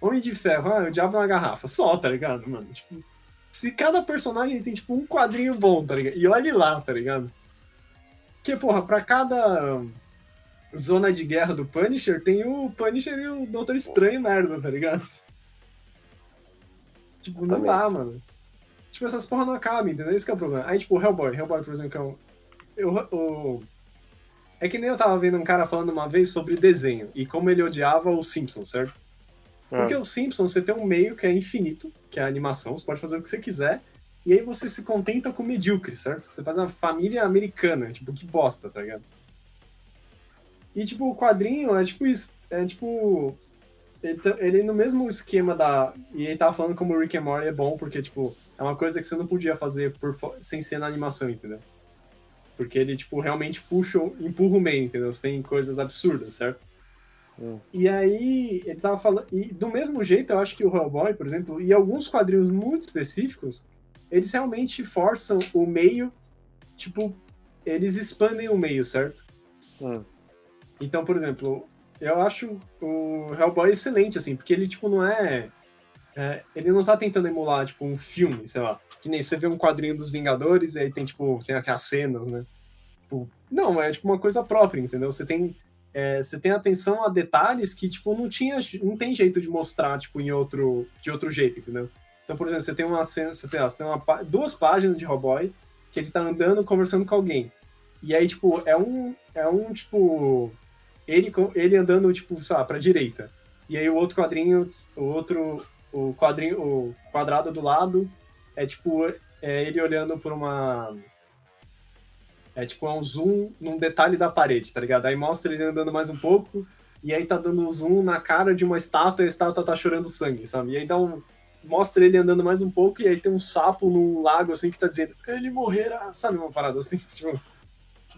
Homem de Ferro? Ah, o Diabo na Garrafa. Só, tá ligado, mano? Tipo, se cada personagem tem, tipo, um quadrinho bom, tá ligado? E olhe lá, tá ligado? Porque, porra, pra cada zona de guerra do Punisher, tem o Punisher e o Doutor Estranho, merda, tá ligado? Tipo, não dá, mano. Tipo, essas porra não acabam, entendeu? Esse que é o problema. Aí, tipo, o Hellboy. Hellboy, por exemplo, que é um... Eu, o... É que nem eu tava vendo um cara falando uma vez sobre desenho e como ele odiava os Simpsons, certo? Ah. Porque os Simpsons, você tem um meio que é infinito, que é a animação, você pode fazer o que você quiser, e aí você se contenta com o medíocre, certo? Você faz uma família americana, tipo, que bosta, tá ligado? E, tipo, o quadrinho é tipo isso. É tipo. Ele, tá- ele no mesmo esquema da. E ele tava falando como o Rick and Morty é bom, porque, tipo, é uma coisa que você não podia fazer por fo- sem ser na animação, entendeu? Porque ele, tipo, realmente puxa, o- empurra o meio, entendeu? Você tem coisas absurdas, certo? Hum. E aí, ele tava falando. E do mesmo jeito, eu acho que o Hellboy, por exemplo, e alguns quadrinhos muito específicos, eles realmente forçam o meio. Tipo, eles expandem o meio, certo? Hum. Então, por exemplo, eu acho o Hellboy excelente, assim, porque ele, tipo, não é. é, ele não tá tentando emular, tipo, um filme, sei lá. Que nem você vê um quadrinho dos Vingadores e aí tem, tipo, tem aquelas cenas, né? Tipo, não, é tipo uma coisa própria, entendeu? Você tem. é, você tem atenção a detalhes que, tipo, não tinha. Não tem jeito de mostrar, tipo, em outro. De outro jeito, entendeu? Então, por exemplo, você tem uma cena. Você tem, ó, você tem uma pá- duas páginas de Hellboy que ele tá andando conversando com alguém. E aí, tipo, é um. É um, tipo ele, com- ele andando, tipo, sei lá, pra direita. E aí o outro quadrinho, o outro, o quadrinho, o quadrado do lado é tipo, é ele olhando por uma... É tipo, é um zoom num detalhe da parede, tá ligado? Aí mostra ele andando mais um pouco, e aí tá dando um zoom na cara de uma estátua, e a estátua tá chorando sangue, sabe? E aí dá um... Mostra ele andando mais um pouco, e aí tem um sapo num lago, assim, que tá dizendo, ele morrerá, sabe? Uma parada assim, tipo... uma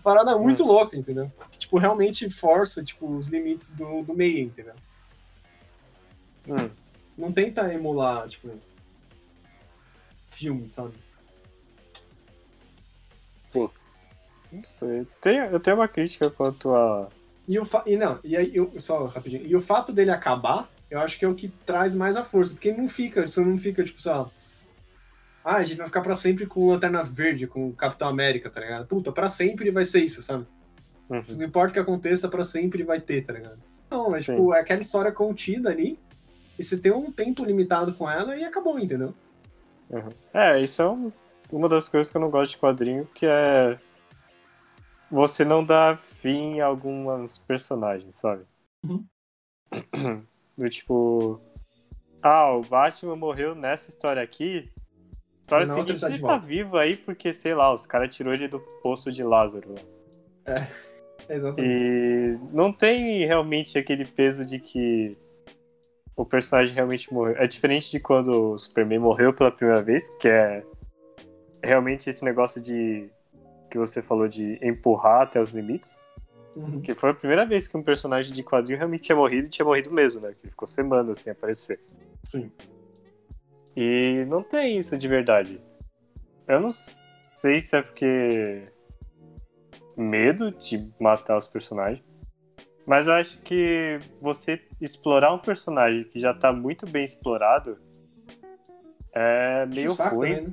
Parada muito louca, entendeu? que, tipo, realmente força, tipo, os limites do, do meio, entendeu? Hum. Não tenta emular, tipo, filme, sabe? Não sei. Tem- eu tenho uma crítica quanto a. E o fa... e não, e aí eu só rapidinho. E o fato dele acabar, eu acho que é o que traz mais a força, porque ele não fica, você não fica tipo, sei lá, ah, a gente vai ficar pra sempre com o Lanterna Verde, com o Capitão América, tá ligado? Puta, pra sempre vai ser isso, sabe? Uhum. Não importa o que aconteça, pra sempre vai ter, tá ligado? Não, é tipo, é aquela história contida ali, e você tem um tempo limitado com ela e acabou, entendeu? É, isso é um- uma das coisas que eu não gosto de quadrinho, que é. Você não dá fim a alguns personagens, sabe? Uhum. Do tipo. Ah, o Batman morreu nessa história aqui. História Na outra seguinte, ele tá de ele tá volta. vivo aí porque, sei lá, os caras tirou ele do poço de Lázaro. né? É Exatamente. E não tem realmente aquele peso de que o personagem realmente morreu. É diferente de quando o Superman morreu pela primeira vez, que é realmente esse negócio de que você falou de empurrar até os limites. Uhum. Que foi a primeira vez que um personagem de quadrinho realmente tinha morrido e tinha morrido mesmo, né? Que ficou semanas sem aparecer. Sim. E não tem isso de verdade. Eu não s- sei se é porque. medo de matar os personagens. Mas eu acho que você explorar um personagem que já tá muito bem explorado é meio Puxa o saco ruim. também,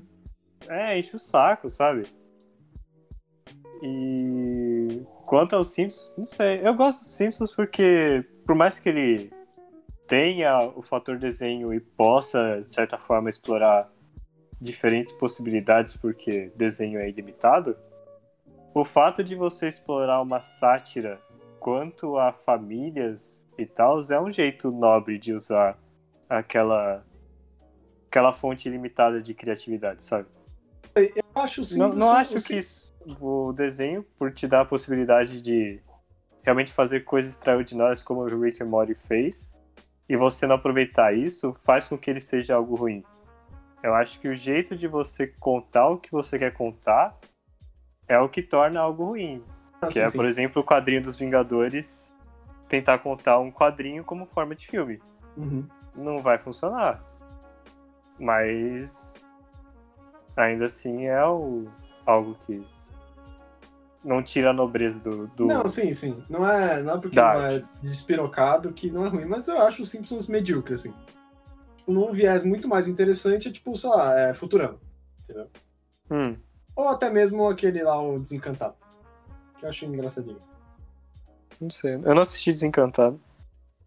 né? É, enche o saco, sabe? E quanto aos Simpsons, não sei. Eu gosto dos Simpsons porque, por mais que ele tenha o fator desenho e possa, de certa forma, explorar diferentes possibilidades, porque desenho é ilimitado, o fato de você explorar uma sátira quanto a famílias e tal é um jeito nobre de usar aquela aquela fonte ilimitada de criatividade, sabe? Eu acho sim. não não acho que isso- o desenho, por te dar a possibilidade de realmente fazer coisas extraordinárias como o Rick and Morty fez, e você não aproveitar isso, faz com que ele seja algo ruim. Eu acho que o jeito de você contar o que você quer contar é o que torna algo ruim. Que é, por exemplo, o quadrinho dos Vingadores tentar contar um quadrinho como forma de filme Uhum. não vai funcionar. Mas ainda assim é o- algo que não tira a nobreza do, do- Não, sim, sim. Não é, não é porque Da não é despirocado que não é ruim, mas eu acho os Simpsons medíocre, assim. Tipo, num viés muito mais interessante é tipo, sei lá, é Futurama. Hum, Ou até mesmo aquele lá, o Desencantado. Que eu achei engraçadinho. não sei. Eu não assisti Desencantado.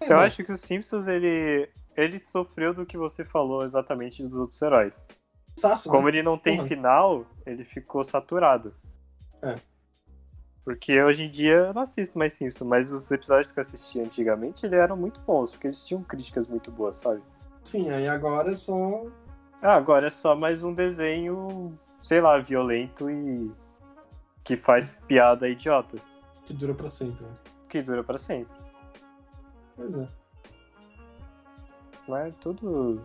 É, Eu bom, acho que o Simpsons ele ele sofreu do que você falou exatamente dos outros heróis. saço, né? Como ele não tem Porra. final, ele ficou saturado. É. Porque hoje em dia eu não assisto mais Simpsons, mas os episódios que eu assisti antigamente eles eram muito bons, porque eles tinham críticas muito boas, sabe? Sim, aí agora é só. Ah, agora é só mais um desenho, sei lá, violento e que faz piada idiota, que dura pra sempre. né? que dura pra sempre. Pois é. Mas é? tudo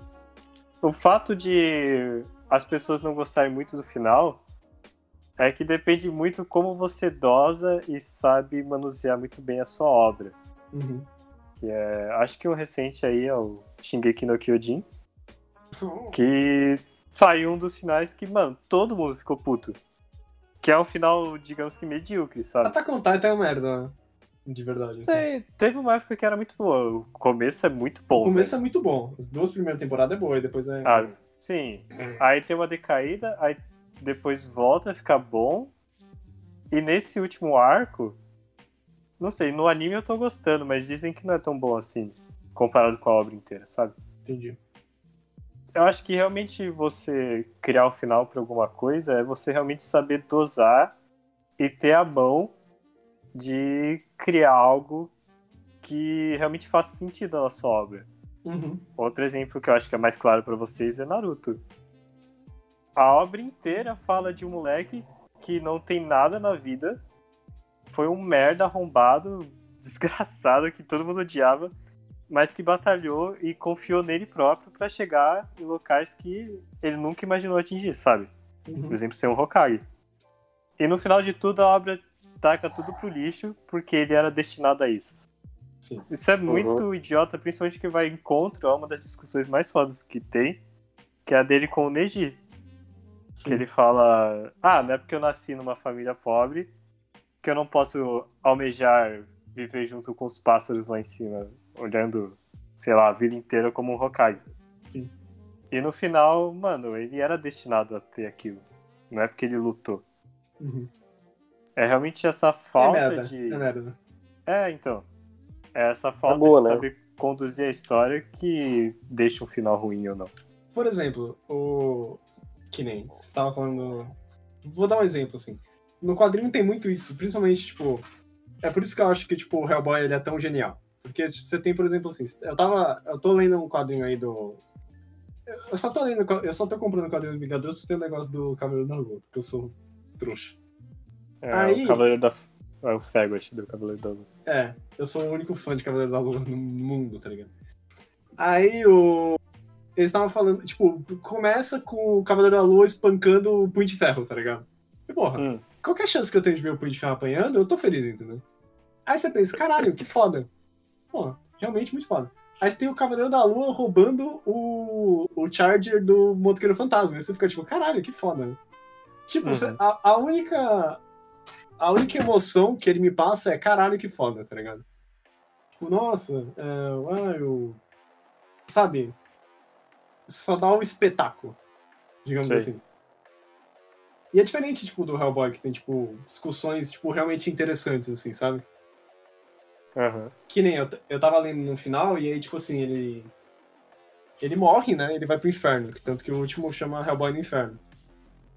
o fato de as pessoas não gostarem muito do final é que depende muito como você dosa e sabe manusear muito bem a sua obra. Uhum. É, acho que o recente aí é o Shingeki no Kyojin, Uhum. que saiu um dos finais que, mano, todo mundo ficou puto. Que é um final, digamos que medíocre, sabe? Até contar até é uma merda, né? De verdade. Não assim. sei, teve uma época que era muito boa. O começo é muito bom. O começo velho. é muito bom. As duas primeiras temporadas é boa e depois é. Ah, sim. Aí tem uma decaída, aí depois volta a ficar bom. E nesse último arco, não sei, no anime eu tô gostando, mas dizem que não é tão bom assim, comparado com a obra inteira, sabe? Entendi. Eu acho que realmente você criar um final pra alguma coisa é você realmente saber dosar e ter a mão de criar algo que realmente faça sentido na sua obra. Uhum. Outro exemplo que eu acho que é mais claro pra vocês é Naruto. A obra inteira fala de um moleque que não tem nada na vida, foi um merda arrombado, desgraçado, que todo mundo odiava, mas que batalhou e confiou nele próprio pra chegar em locais que ele nunca imaginou atingir, sabe? Uhum. Por exemplo, ser um Hokage. E no final de tudo, a obra taca tudo pro lixo, porque ele era destinado a isso. Sim. Isso é muito idiota, principalmente que vai em encontro a uma das discussões mais fodas que tem, que é a dele com o Neji. Sim. Que ele fala: Ah, não é porque eu nasci numa família pobre que eu não posso almejar viver junto com os pássaros lá em cima, olhando, sei lá, a vida inteira como um Hokage. Sim. E no final, mano, ele era destinado a ter aquilo. Não é porque ele lutou. Uhum. É realmente essa é falta merda. de. É merda. É, então. É essa falta boa, de né? saber conduzir a história que deixa um final ruim ou não. Por exemplo, o. Que nem. Você tava falando. Vou dar um exemplo, assim. No quadrinho tem muito isso, principalmente, tipo. É por isso que eu acho que, tipo, o Hellboy ele é tão genial. Porque tipo, você tem, por exemplo, assim. Eu tava. Eu tô lendo um quadrinho aí do. eu- Eu só tô lendo. Eu só tô comprando o quadrinho do Vingadores porque tem um negócio do Cavaleiro da Lua, porque eu sou trouxa. É Aí- o Cavaleiro da. F- É o Fagot do Cavaleiro da Lua. É, eu sou o único fã de Cavaleiro da Lua no mundo, tá ligado? Aí o. Eles estavam falando, tipo, começa com o Cavaleiro da Lua espancando o Punho de Ferro, tá ligado? E porra, Hum. qualquer chance que eu tenho de ver o Punho de Ferro apanhando, eu tô feliz, entendeu? Aí você pensa, caralho, que foda. Porra, realmente muito foda. Aí você tem o Cavaleiro da Lua roubando o, o Charger do Motoqueiro Fantasma. Aí você fica tipo, caralho, que foda. Tipo, Uhum. você- a, a única. A única emoção que ele me passa é caralho, que foda, tá ligado? Tipo, nossa, é, ué, eu. Sabe? Só dá um espetáculo. Digamos Sei. assim. E é diferente, tipo, do Hellboy, que tem, tipo, discussões, tipo, realmente interessantes, assim, sabe? Aham. Que nem eu, t- eu tava lendo no final, e aí, tipo assim, ele. Ele morre, né? Ele vai pro inferno, que tanto que o último chama Hellboy no inferno.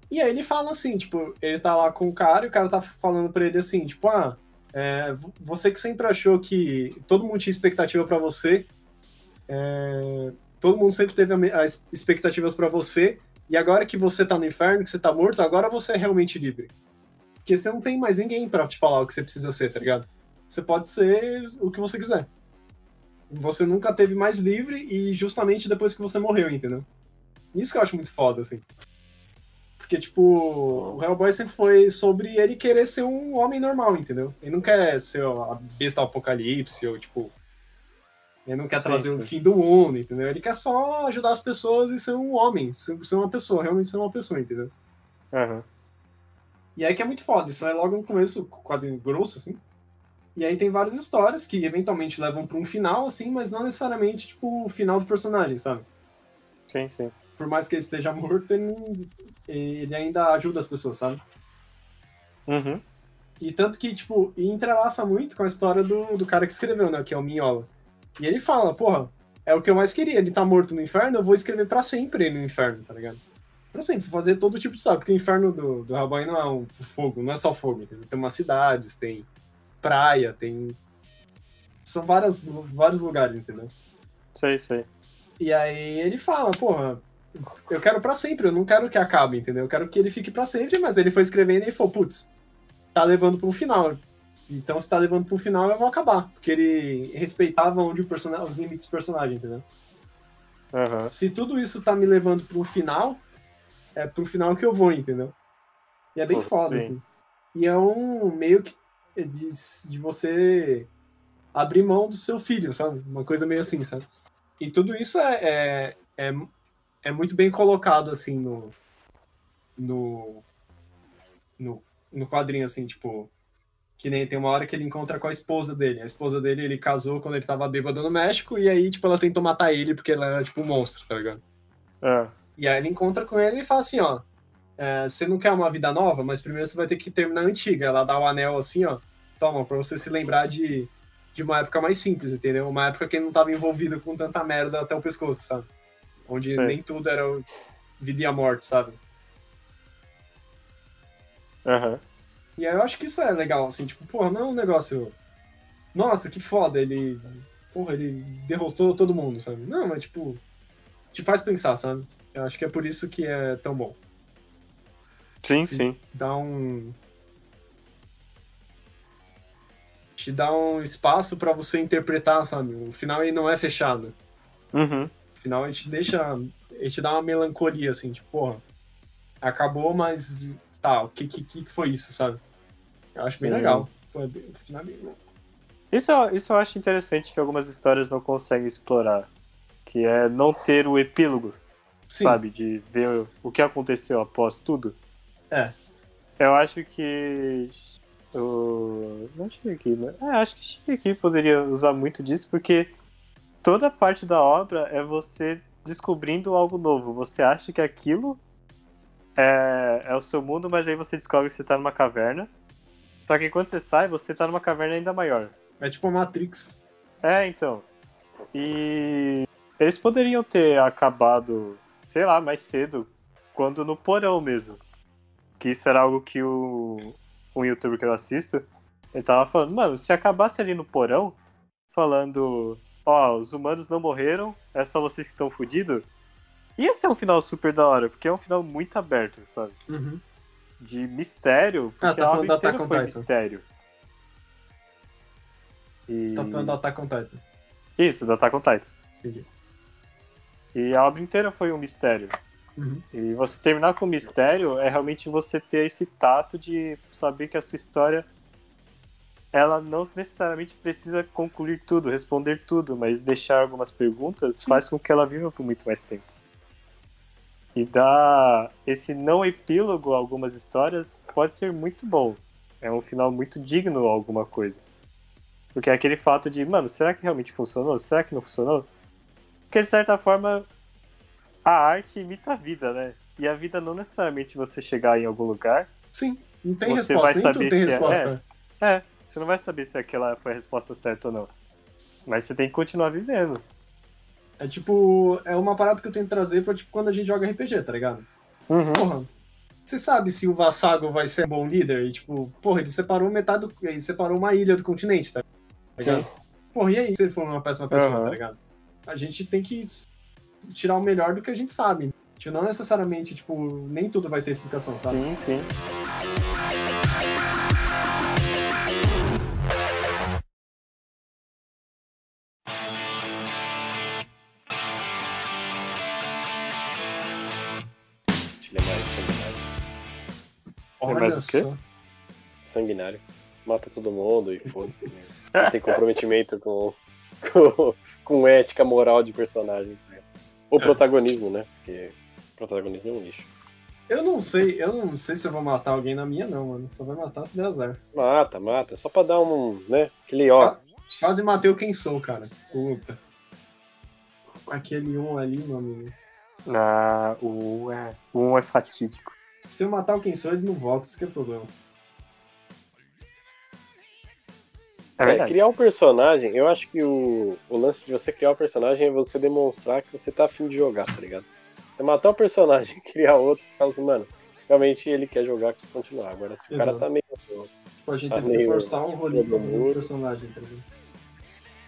E aí ele fala assim, tipo, ele tá lá com o cara e o cara tá falando pra ele assim, tipo, ah, é, vo- você que sempre achou que todo mundo tinha expectativa pra você, é, todo mundo sempre teve a me- as expectativas pra você, e agora que você tá no inferno, que você tá morto, agora você é realmente livre. Porque você não tem mais ninguém pra te falar o que você precisa ser, tá ligado? você pode ser o que você quiser. Você nunca teve mais livre e justamente depois que você morreu, entendeu? Isso que eu acho muito foda, assim. Porque, tipo, o Hellboy sempre foi sobre ele querer ser um homem normal, entendeu? Ele não quer ser a besta do apocalipse ou, tipo. Ele não quer Sim, trazer o sim. fim do mundo, entendeu? Ele quer só ajudar as pessoas e ser um homem, ser ser uma pessoa, realmente ser uma pessoa, entendeu? Aham. E aí que é muito foda, isso é logo no começo, quase grosso, assim. E aí tem várias histórias que eventualmente levam pra um final, assim, mas não necessariamente, tipo, o final do personagem, sabe? Sim, sim. Por mais que ele esteja morto, ele, não- ele ainda ajuda as pessoas, sabe? Uhum. E tanto que, tipo, e entrelaça muito com a história do, do cara que escreveu, né? Que é o Minhola. E ele fala, porra, é o que eu mais queria. Ele tá morto no inferno, eu vou escrever pra sempre ele no inferno, tá ligado? Pra sempre, vou fazer todo tipo de história. Porque o inferno do, do Hellboy não é um fogo, não é só fogo. entendeu? Tem umas cidades, tem praia, tem... São várias, vários lugares, entendeu? Sei, sei. E aí ele fala, porra, eu quero pra sempre, eu não quero que acabe, entendeu? Eu quero que ele fique pra sempre, mas ele foi escrevendo e falou, putz, tá levando pro final. Então se tá levando pro final, eu vou acabar. Porque ele respeitava onde o persona- os limites do personagem, entendeu? Aham. Se tudo isso tá me levando pro final, é pro final que eu vou, entendeu? E é bem Pô, foda, sim. assim. E é um meio que de, de você abrir mão do seu filho, sabe? Uma coisa meio assim, sabe? E tudo isso é, é, é, é muito bem colocado, assim, no, no, no, no quadrinho, assim, tipo. Que nem tem uma hora que ele encontra com a esposa dele. A esposa dele, ele casou quando ele tava bêbado no México, e aí, tipo, ela tentou matar ele porque ela era, tipo, um monstro, tá ligado? Ah, E aí ele encontra com ele e fala assim, ó. é, você não quer uma vida nova, mas primeiro você vai ter que terminar a antiga. Ela dá o anel assim, ó. Toma, pra você se lembrar de, de uma época mais simples, entendeu? Uma época que ele não tava envolvido com tanta merda até o pescoço, sabe? Onde Sei. nem tudo era o- vida e a morte, sabe? Aham. E aí eu acho que isso é legal, assim, tipo, porra, não é um negócio. Nossa, que foda, ele. Porra, ele derrotou todo mundo, sabe? Não, mas tipo. Te faz pensar, sabe? Eu acho que é por isso que é tão bom. Sim, Sim. sim. dá um te dá um espaço pra você interpretar, sabe? O final ele não é fechado. Uhum. O final ele te deixa, ele te dá uma melancolia assim, tipo, porra, acabou, mas tá, o que que, que foi isso, sabe? Eu acho bem Sim. legal. Pô, é bem- o final é bem bom. Isso, eu- isso eu acho interessante que algumas histórias não conseguem explorar. Que é não ter o epílogo, Sim, sabe? De ver o que aconteceu após tudo. É. Eu acho que. O... Não Shingeki, né? É, acho que Shingeki poderia usar muito disso, porque toda parte da obra é você descobrindo algo novo. Você acha que aquilo é, é o seu mundo, mas aí você descobre que você tá numa caverna. Só que quando você sai, você tá numa caverna ainda maior. é tipo a Matrix. É, então. E eles poderiam ter acabado, sei lá, mais cedo, quando no porão mesmo. Que isso era algo que o um youtuber que eu assisto, ele tava falando, mano, se acabasse ali no porão, falando, ó, os humanos não morreram, é só vocês que estão fudidos, ia ser um final super da hora, porque é um final muito aberto, sabe? De mistério, Ah, porque tá a falando obra do Attack inteira on foi Titan. mistério. E... Você tá falando do Attack on Titan. Isso, do Attack on Titan. Entendi. E a obra inteira foi um mistério. Uhum. E você terminar com um mistério é realmente você ter esse tato de saber que a sua história ela não necessariamente precisa concluir tudo, responder tudo, mas deixar algumas perguntas faz com que ela viva por muito mais tempo. E dar esse não epílogo a algumas histórias pode ser muito bom. É um final muito digno a alguma coisa. Porque é aquele fato de, mano, será que realmente funcionou? Será que não funcionou? Porque de certa forma a arte imita a vida, né? E a vida não necessariamente você chegar em algum lugar. Sim, não tem Você resposta. vai Nem saber tudo tem se é- resposta. É, você não vai saber se aquela foi a resposta certa ou não. Mas você tem que continuar vivendo. É. tipo, é uma parada que eu tenho que trazer pra tipo, quando a gente joga RPG, tá ligado? Uhum. Porra, você sabe se o Vassago vai ser um bom líder? E, tipo, porra, ele separou metade do. Ele separou uma ilha do continente, tá ligado? Porra, e aí se ele for uma péssima pessoa, Aham. tá ligado? A gente tem que tirar o melhor do que a gente sabe. Tipo, não necessariamente, tipo, nem tudo vai ter explicação, sabe? Sim, sim. Ele é mais sanguinário. Olha mais o quê? só. sanguinário. Mata todo mundo e foda-se. Né? Não tem comprometimento com, com, com ética moral de personagem. né? Ou protagonismo, né? Porque protagonismo é um lixo. Eu não sei, eu não sei se eu vou matar alguém na minha, não, mano. Só vai matar se der azar. Mata, mata. Só pra dar um, né? Aquele ó. Quase matei o quem sou, cara. Puta. Aquele um ali, meu amigo. Ah, o um é, o um é fatídico. Se eu matar o quem sou, ele não volta, isso que é o problema. É É, verdade. criar um personagem, eu acho que o, o lance de você criar um personagem é você demonstrar que você tá afim de jogar, tá ligado? Você matar o personagem e criar outro, você fala assim, mano, realmente ele quer jogar, quer continuar. Agora, se o cara Exato. tá meio. Tipo, a gente Tá teve que meio- forçar um rolinho pra fazer meio- um personagem, tá ligado?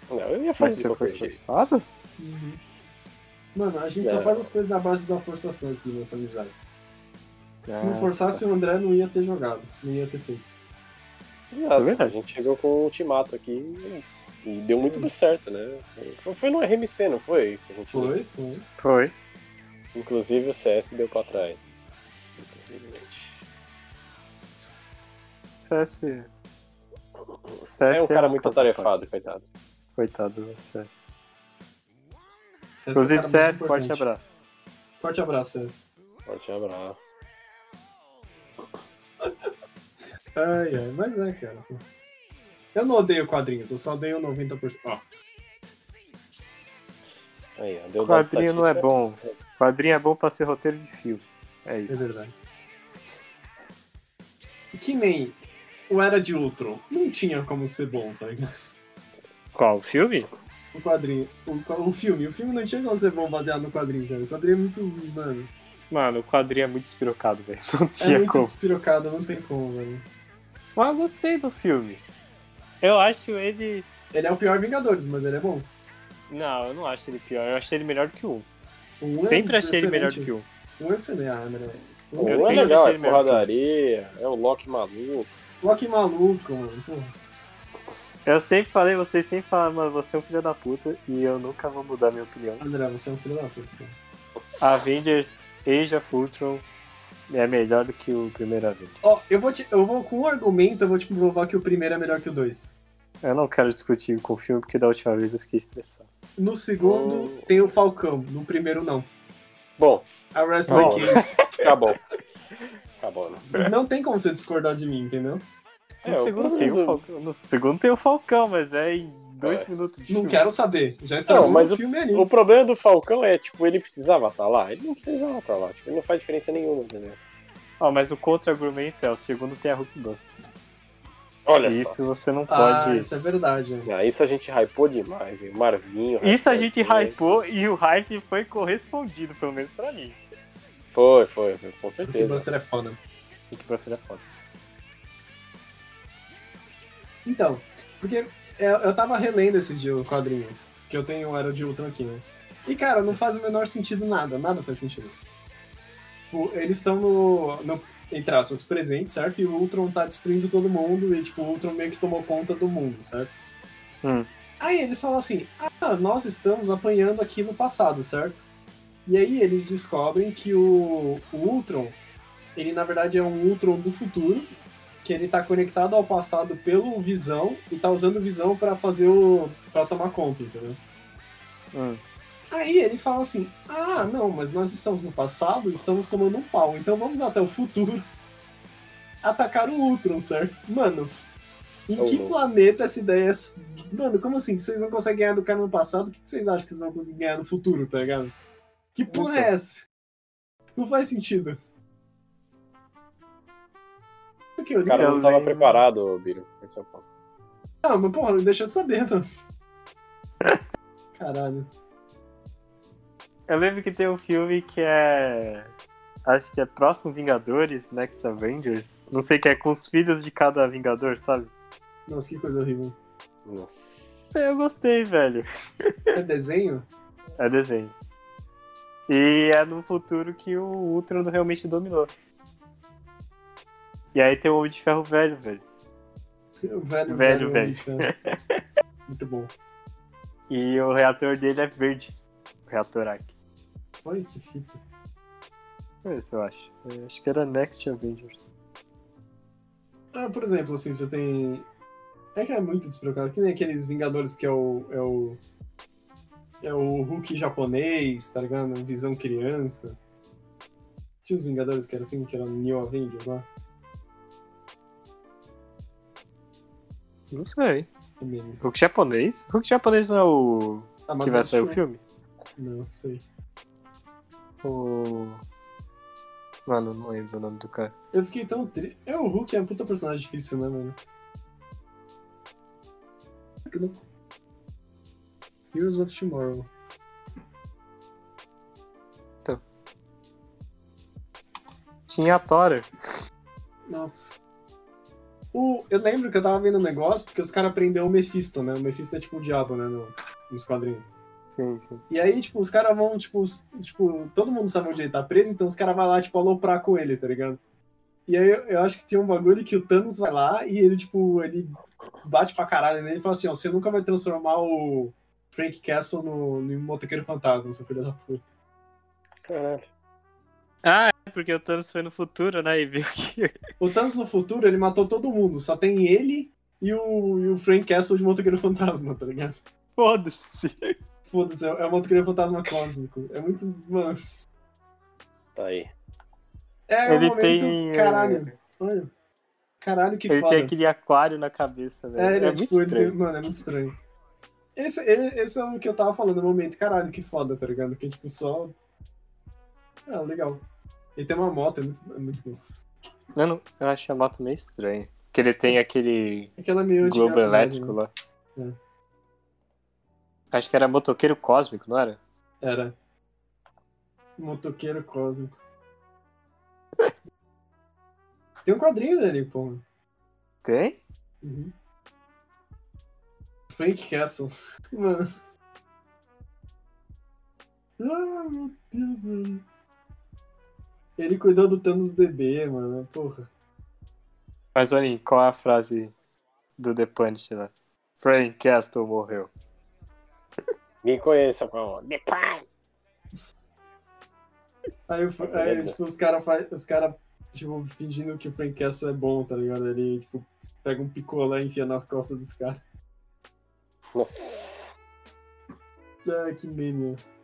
Não, eu ia Mas fazer de você qualquer foi jeito. forçado? Uhum. Mano, a gente É. só faz as coisas na base da forçação aqui nessa amizade. Se não Ah, forçasse, o André não ia ter jogado, não ia ter feito. Exato, Isso é a verdade. gente chegou com o ultimato aqui e é isso. E deu muito bem certo, né? Foi, foi no RMC, não foi? Que a gente- Foi, foi. Foi. Inclusive o CS deu pra trás. Incrivelmente. CS. É CS um é cara muito cavalo. atarefado, coitado. Coitado do CS. César é o Inclusive, cara mais CS, forte importante. abraço. Forte abraço, César. Forte abraço. Ai, ai, mas é, cara. pô. Eu não odeio quadrinhos, eu só odeio 90%. Ó, é Aí, ó, deu dado Quadrinho não é estatística. bom. Quadrinho é bom pra ser roteiro de filme. É é isso. verdade. Que nem o Era de Ultron. Não tinha como ser bom, tá ligado? Qual? O filme? O quadrinho. O, qua- o filme. O filme não tinha como ser bom baseado no quadrinho, cara. O quadrinho é muito. Mano. Mano, o quadrinho é muito despirocado, velho. Não É tinha muito como. despirocado, não tem como, velho. Mas eu gostei do filme. Eu acho ele. Ele é o pior Vingadores, mas ele é bom. Não, eu não acho ele pior. Eu achei ele melhor do que um. O um é Sempre achei ele melhor do excelente. que um. Um é excelente, ah, né? Pô, Eu é sempre legal, achei é ele melhor. porradaria, é o Loki maluco. Loki maluco, mano. porra. Eu sempre falei, vocês sempre falam, mano, você é um filho da puta e eu nunca vou mudar minha opinião. André, você é um filho da puta. cara. Avengers Age of Ultron é melhor do que o primeiro Avengers. Ó, eu vou te- Eu vou, com um argumento, eu vou te provar que o primeiro é melhor que o dois. Eu não quero discutir com o filme porque da última vez eu fiquei estressado. No segundo, Oh. tem o Falcão. No primeiro, não. Bom, A Rest Bom. My Case. acabou. acabou, né? Não tem como você discordar de mim, entendeu? No, É, o segundo, problema tem do- o Falcão, no segundo tem o Falcão, mas é em dois É. minutos de Não filme. quero saber. Já estragou Não, mas o filme ali. O problema do Falcão é, tipo, ele precisava estar lá. Ele não precisava estar lá. Tipo, ele não faz diferença nenhuma, entendeu? Ó, mas o contra-argumento é o segundo tem a Hulk Buster. Olha Isso só. você não Ah, pode. isso é verdade. né? Ah, isso a gente hypou demais, hein? Marvinho. Isso a hypou gente demais. hypou e o hype foi correspondido, pelo menos pra mim. Foi, foi, foi, com Porque certeza. Buster é foda. O que você é foda. Então, porque eu, eu tava relendo esses dias o quadrinho, que eu tenho Era de Ultron aqui, né? E, cara, não faz o menor sentido nada, nada faz sentido. Tipo, eles estão no, no, entre aspas, presente, certo? E o Ultron tá destruindo todo mundo, e, tipo, o Ultron meio que tomou conta do mundo, certo? Hum. Aí eles falam assim, ah, nós estamos apanhando aqui no passado, certo? E aí eles descobrem que o, o Ultron, ele na verdade é um Ultron do futuro, que ele tá conectado ao passado pelo Visão e tá usando o Visão pra fazer o para tomar conta, entendeu? Hum. Aí ele fala assim: "Ah, não, mas nós estamos no passado, estamos tomando um pau, então vamos até o futuro atacar o Ultron, certo?" Mano, em Ô, que louco. planeta essa ideia é... s- Mano, como assim? Vocês não conseguem ganhar do cara no passado, o que que vocês acham que vocês vão conseguir ganhar no futuro, tá ligado? Que porra é essa? Não faz sentido. Porque eu O cara Eu não né? tava lembro. preparado, Biro. Esse é o ponto. Ah, mas porra, não deixou de saber, mano. Caralho. Eu lembro que tem um filme que é. Acho que é Próximo Vingadores, Next Avengers. Não sei que é com os filhos de cada Vingador, sabe? Nossa, que coisa horrível. Nossa. Isso aí eu gostei, velho. É desenho? É desenho. E é num futuro que o Ultron realmente dominou. E aí tem o Homem de Ferro velho, velho. O velho, Velho, velho. é. Muito bom. E o reator dele é verde. O reator aqui. Olha que fita. Deixa eu ver se eu acho. Eu acho que era Next Avengers. Ah, por exemplo, assim, você tem. É que é muito despreocupado, que nem aqueles Vingadores que é o. É o, é o Hulk japonês, tá ligado? Visão criança. Tinha os Vingadores que era assim, que era o New Avengers lá. Não sei. Também eles- Hulk japonês? Hulk japonês não é o Ah, mas que vai não sair o sei. filme? Não, não sei. O. Mano, não lembro o nome do cara. Eu fiquei tão triste. É o Hulk, é um puta personagem difícil, né, mano? Que louco. Heroes of Tomorrow. Tinha a Tora. Nossa. O, eu lembro que eu tava vendo um negócio, porque os caras prenderam o Mephisto, né? O Mephisto é tipo o diabo, né? No, nos quadrinhos. Sim, sim. E aí, tipo, os caras vão, tipo, s- tipo, todo mundo sabe onde ele tá preso, então os caras vão lá, tipo, aloprar com ele, tá ligado? E aí eu, eu acho que tinha um bagulho que o Thanos vai lá e ele, tipo, ele bate pra caralho nele e fala assim, ó, você nunca vai transformar o Frank Castle no, no motoqueiro fantasma, seu filho da puta. Caralho. Ah, é porque o Thanos foi no futuro, né? E viu que. O Thanos no futuro, ele matou todo mundo, só tem ele e o, e o Frank Castle de motoqueiro fantasma, tá ligado? Foda-se. Foda-se, é o motoqueiro fantasma cósmico. É muito. Mano. Tá aí. É um Ele momento. tem. eh, Caralho. Olha. Caralho, que Ele foda. tem aquele aquário na cabeça, É, velho. ele É, é, muito tipo, ele tem- estranho. Mano, é muito estranho. Esse, e- esse é o que eu tava falando no momento. Caralho, que foda, tá ligado? Que tipo só. Ah, legal. Ele tem uma moto, é muito, é muito bom. Eu, não, eu achei a moto meio estranha. Que ele tem aquele Aquela meio de globo gravidade, elétrico né? lá. Acho que era motoqueiro cósmico, não era? Era. Motoqueiro cósmico. tem um quadrinho dele, pô. Tem? Uhum. Frank Castle. Mano. Ah, meu Deus, mano. Ele cuidou do Thanos bebê, mano. né, Porra. Mas olha aí, qual é a frase do The Punch lá? Frank Castle morreu. Ninguém conhece a The Prime. Aí, eu fu- Tá aí, vendo? tipo, os caras os cara, tipo, fingindo que o Frank Castle é bom, tá ligado? Ele, tipo, pega um picolé e enfia nas costas dos caras. Nossa. Ah, que meme. ó.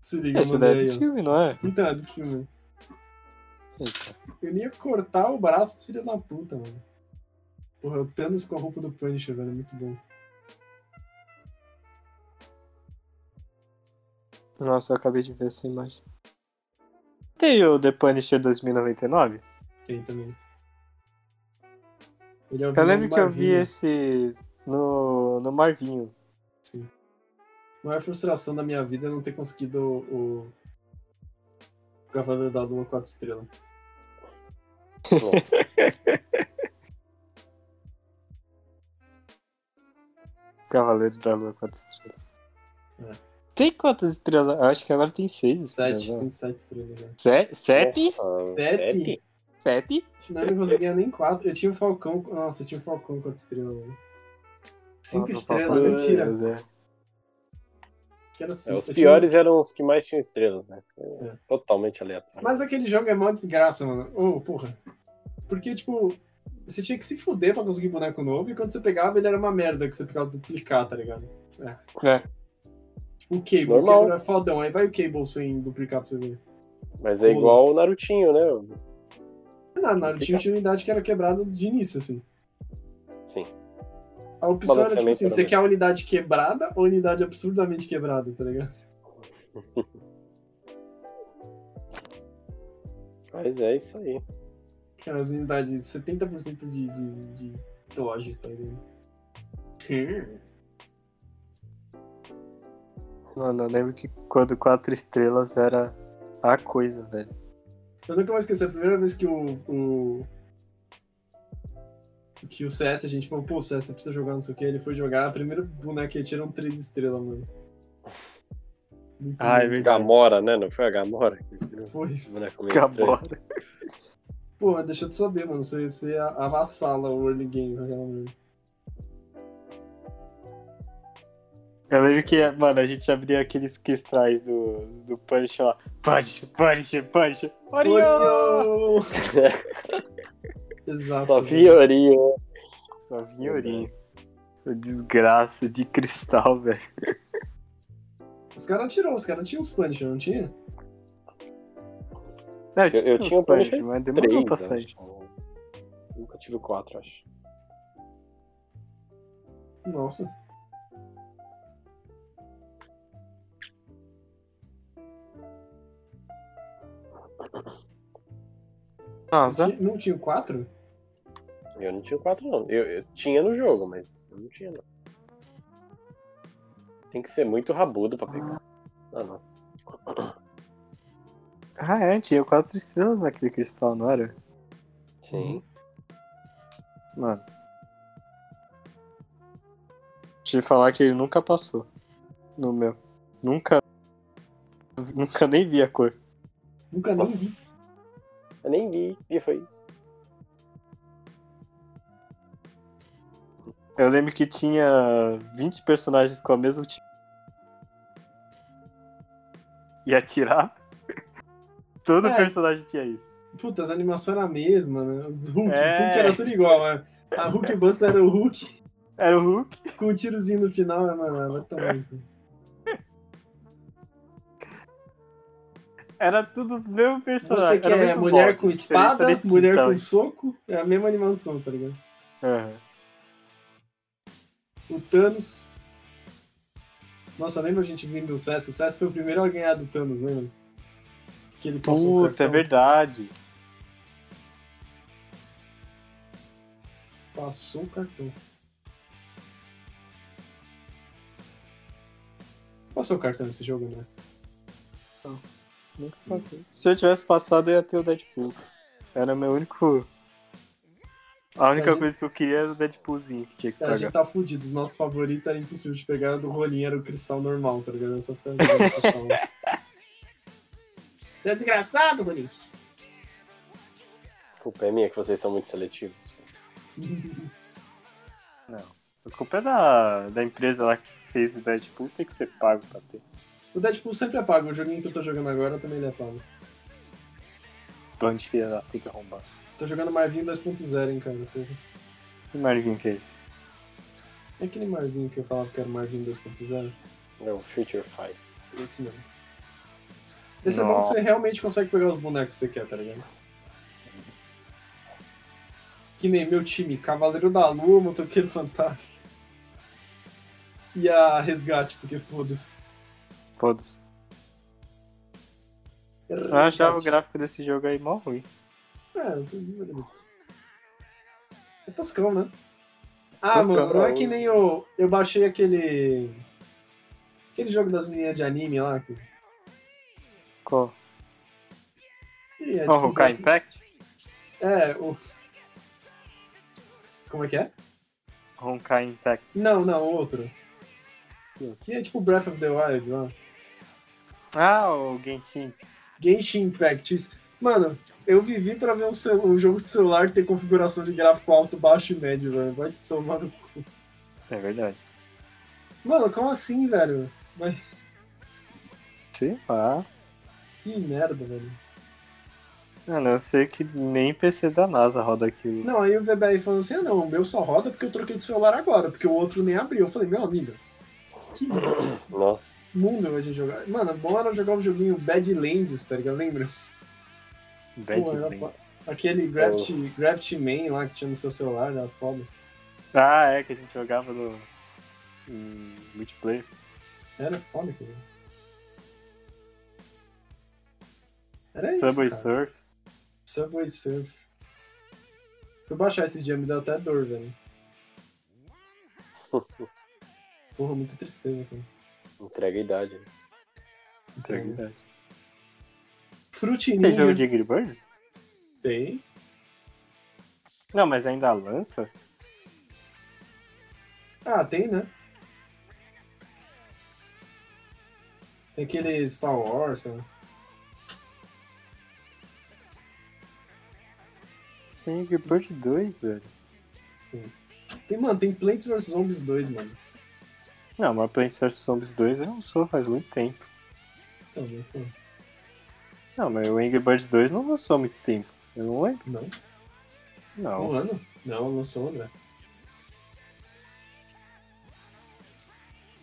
Se liga, Esse mano. daí é do filme, não é? Então, é do filme. Eita. Eu ia cortar o braço, filho da puta, mano. Porra, o Thanos com a roupa do Punisher, velho, é muito bom. Nossa, eu acabei de ver essa imagem. Tem o The Punisher 2099? Tem também. Ele é o Eu vilão lembro do que eu vi Marvel. esse no, no Marvinho. A maior frustração da minha vida é não ter conseguido o. o... o Cavaleiro da Lua 4 estrelas. Nossa. Cavaleiro da Lua 4 estrelas. É. Tem quantas estrelas? Eu acho que agora tem 6 estrelas. 7, tem né? 7 estrelas, né? Se- Sete? Nossa, Sete? Sete? Não, eu não conseguia nem 4. Eu tinha o Falcão. Nossa, eu tinha o Falcão 4 estrelas, velho. 5 Ah, não, estrelas, Falcão das mentira. Estrelas, é. Que era É, cinco. os Eu tinha- um piores eram os que mais tinham estrelas, né? É, É. Totalmente aleatório. Mas aquele jogo é mó desgraça, mano. Ô, porra. Porque, tipo, você tinha que se fuder pra conseguir boneco novo, e quando você pegava, ele era uma merda que você ficava duplicar, tá ligado? É. Tipo, o Cable, o Normal. Cable é fodão, aí vai o Cable sem duplicar pra você ver. Mas é igual o Narutinho, né? Na Narutinho tinha unidade que era quebrada de início, assim. Sim. A opção era, tipo Balanceamento assim, era você bem. quer a unidade quebrada ou a unidade absurdamente quebrada, tá ligado? Mas é isso aí. Aquelas é unidades 70% de, de, de doge, tá ligado? Hum. Mano, eu lembro que quando quatro estrelas era a coisa, velho. Eu nunca mais esqueci, a primeira vez que o, o. Que o CS, a gente falou, pô, CS, você precisa jogar não sei o que. Ele foi jogar, a primeira boneca que ele tirou um 3 estrelas, mano. Muito Ah, é bom. Gamora, né? Não foi a Gamora que tirou Foi. esse boneco meio estranho. Gamora. Pô, mas deixa eu te saber, mano. Você, você avassala o early game com aquela merda. Eu lembro que, mano, a gente abria aqueles cristais do, do Punisher lá. Punisher, Punisher, Punisher. Orion! Orion! Exato. Só vi Orion. Só vinha Orion. Ô, Desgraça de cristal, velho. Os caras tirou, os caras tinham os punch, não tinha? Não, Eu, eu tinha o uns punch, Punisher mas demorou pra três. sair. acho. Nunca tive o quatro, acho. Nossa. Nossa, Ti- Não tinha o 4? Eu não tinha o 4, não. Eu, eu tinha no jogo, mas eu não tinha, não. Tem que ser muito rabudo pra pegar. Ah, não. ah é, tinha quatro estrelas naquele cristal, não era? Sim. Mano. De falar que ele nunca passou. No meu. Nunca. Nunca nem vi a cor. Nunca nem vi. Nossa. Eu nem vi que foi isso. Eu lembro que tinha 20 personagens com a mesma tipo. E atirar. Todo É. personagem tinha isso. Puta, as animações eram a mesma, né? Os Hulk, os É. Hulk era tudo igual, né? A Hulk Buster era o Hulk Era o Hulk. com um tirozinho no final, né, mano? Ela tá muito. Era todos os mesmos personagens. Você era o quer mesmo mulher golpe, com diferença espada, desse mulher quintal com aí. soco, é a mesma animação, tá ligado? Aham. O Thanos. Nossa, lembra a gente vindo do CS? O CS foi o primeiro a ganhar do Thanos, lembra? Que ele passou o Puta, é cartão. verdade. Passou o cartão. Passou o cartão nesse jogo, né? Se eu tivesse passado, eu ia ter o Deadpool. Era meu único. A única A gente- coisa que eu queria era o Deadpoolzinho que tinha que Cara, a pagar. gente tá fudido. Os nossos favoritos era impossível de pegar. Do Rolinho era o cristal normal, tá ligado? Essa fica jogando cristal. Você é desgraçado, Rolinho? A culpa é minha que vocês são muito seletivos. A culpa é da, da empresa lá que fez o Deadpool, tem que ser pago pra ter. O Deadpool sempre é pago. O joguinho que eu tô jogando agora também ele é pago. Bando de filha da puta arrombada. Tô jogando Marvin 2.0, hein, cara. porra. Que margem que é esse? É aquele Marvin que eu falava que era o Marvin 2.0? Não, Future Fight. Esse mesmo. Esse é bom que Nossa. você realmente consegue pegar os bonecos que você quer, tá ligado? Que nem meu time, Cavaleiro da Lua, Motoqueiro Fantasma. E a Resgate, porque foda-se. Foda-se. Eu achava Ah, o gráfico desse jogo aí mó ruim. É, eu tô vendo isso. É toscão, né? Ah, Toscão, mano, não é é que o- nem eu. Eu baixei aquele. Aquele jogo das meninas de anime lá. Que Qual? que é, Oh, tipo, Hokai graf- Impact? É, o. Como é que é? Honkai Impact. Não, não, outro. Que é tipo Breath of the Wild lá. Ah, o Genshin. Genshin Impact. isso. Mano, eu vivi pra ver um, cel- um jogo de celular que tem configuração de gráfico alto, baixo e médio, velho. Vai tomar no cu. É verdade. Mano, como assim, velho? Sei lá. Que merda, velho. Mano, eu sei que nem PC da NASA roda aquilo. Não, aí o VBR falou assim: ah, não, o meu só roda porque eu troquei de celular agora, porque o outro nem abriu. Eu falei: meu amigo, que Nossa. mundo eu de jogar. Mano, bom era jogar o joguinho Badlands, tá ligado? Lembra? Bad Pô, era Links. Aquele Graft, Nossa. Graft Man lá que tinha no seu celular, era foda. Ah, é, que a gente jogava no. em multiplayer. Era foda, cara. Era isso. Subway É cara. Surfs. Subway Surf. Fui baixar esses dias, me deu até dor, velho. Porra, muita tristeza, cara. Entrega a idade. né? Integridade. Frutininha. tá Tem jogo de Angry Birds? Tem. Não, mas ainda lança? Ah, tem, né? Tem aquele Star Wars, né? Tem Angry Birds 2, velho. Tem, mano, tem Plants vs Zombies 2, mano. Não, mas Plants vs Zombies 2 eu não sou faz muito tempo. Então, né, pô, Não, mas o Angry Birds 2 não lançou há muito tempo. Eu não lembro. Não? Não. Um ano? Não, não sou, né? André.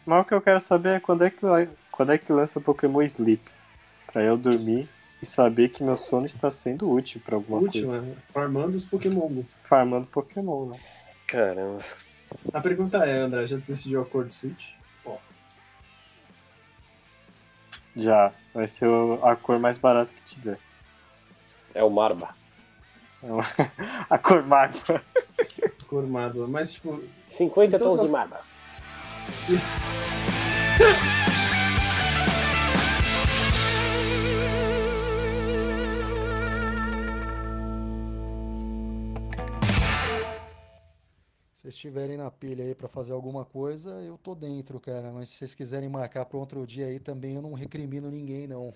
Mas o que eu quero saber é quando é que, la- quando é que lança Pokémon Sleep. Pra eu dormir e saber que meu sono está sendo útil pra alguma Último, coisa. né? Farmando os Pokémon Go. Farmando Pokémon, né? Caramba. A pergunta é, André, já decidiu a cor do Switch? Já. Vai ser o- a cor mais barata que tiver. É o Marba. A cor marca. Cor mágoa. Mas, tipo, 50 Se todas tons as- de Marba. se... Se vocês estiverem na pilha aí pra fazer alguma coisa, eu tô dentro, cara. Mas se vocês quiserem marcar pra outro dia aí também, eu não recrimino ninguém, não.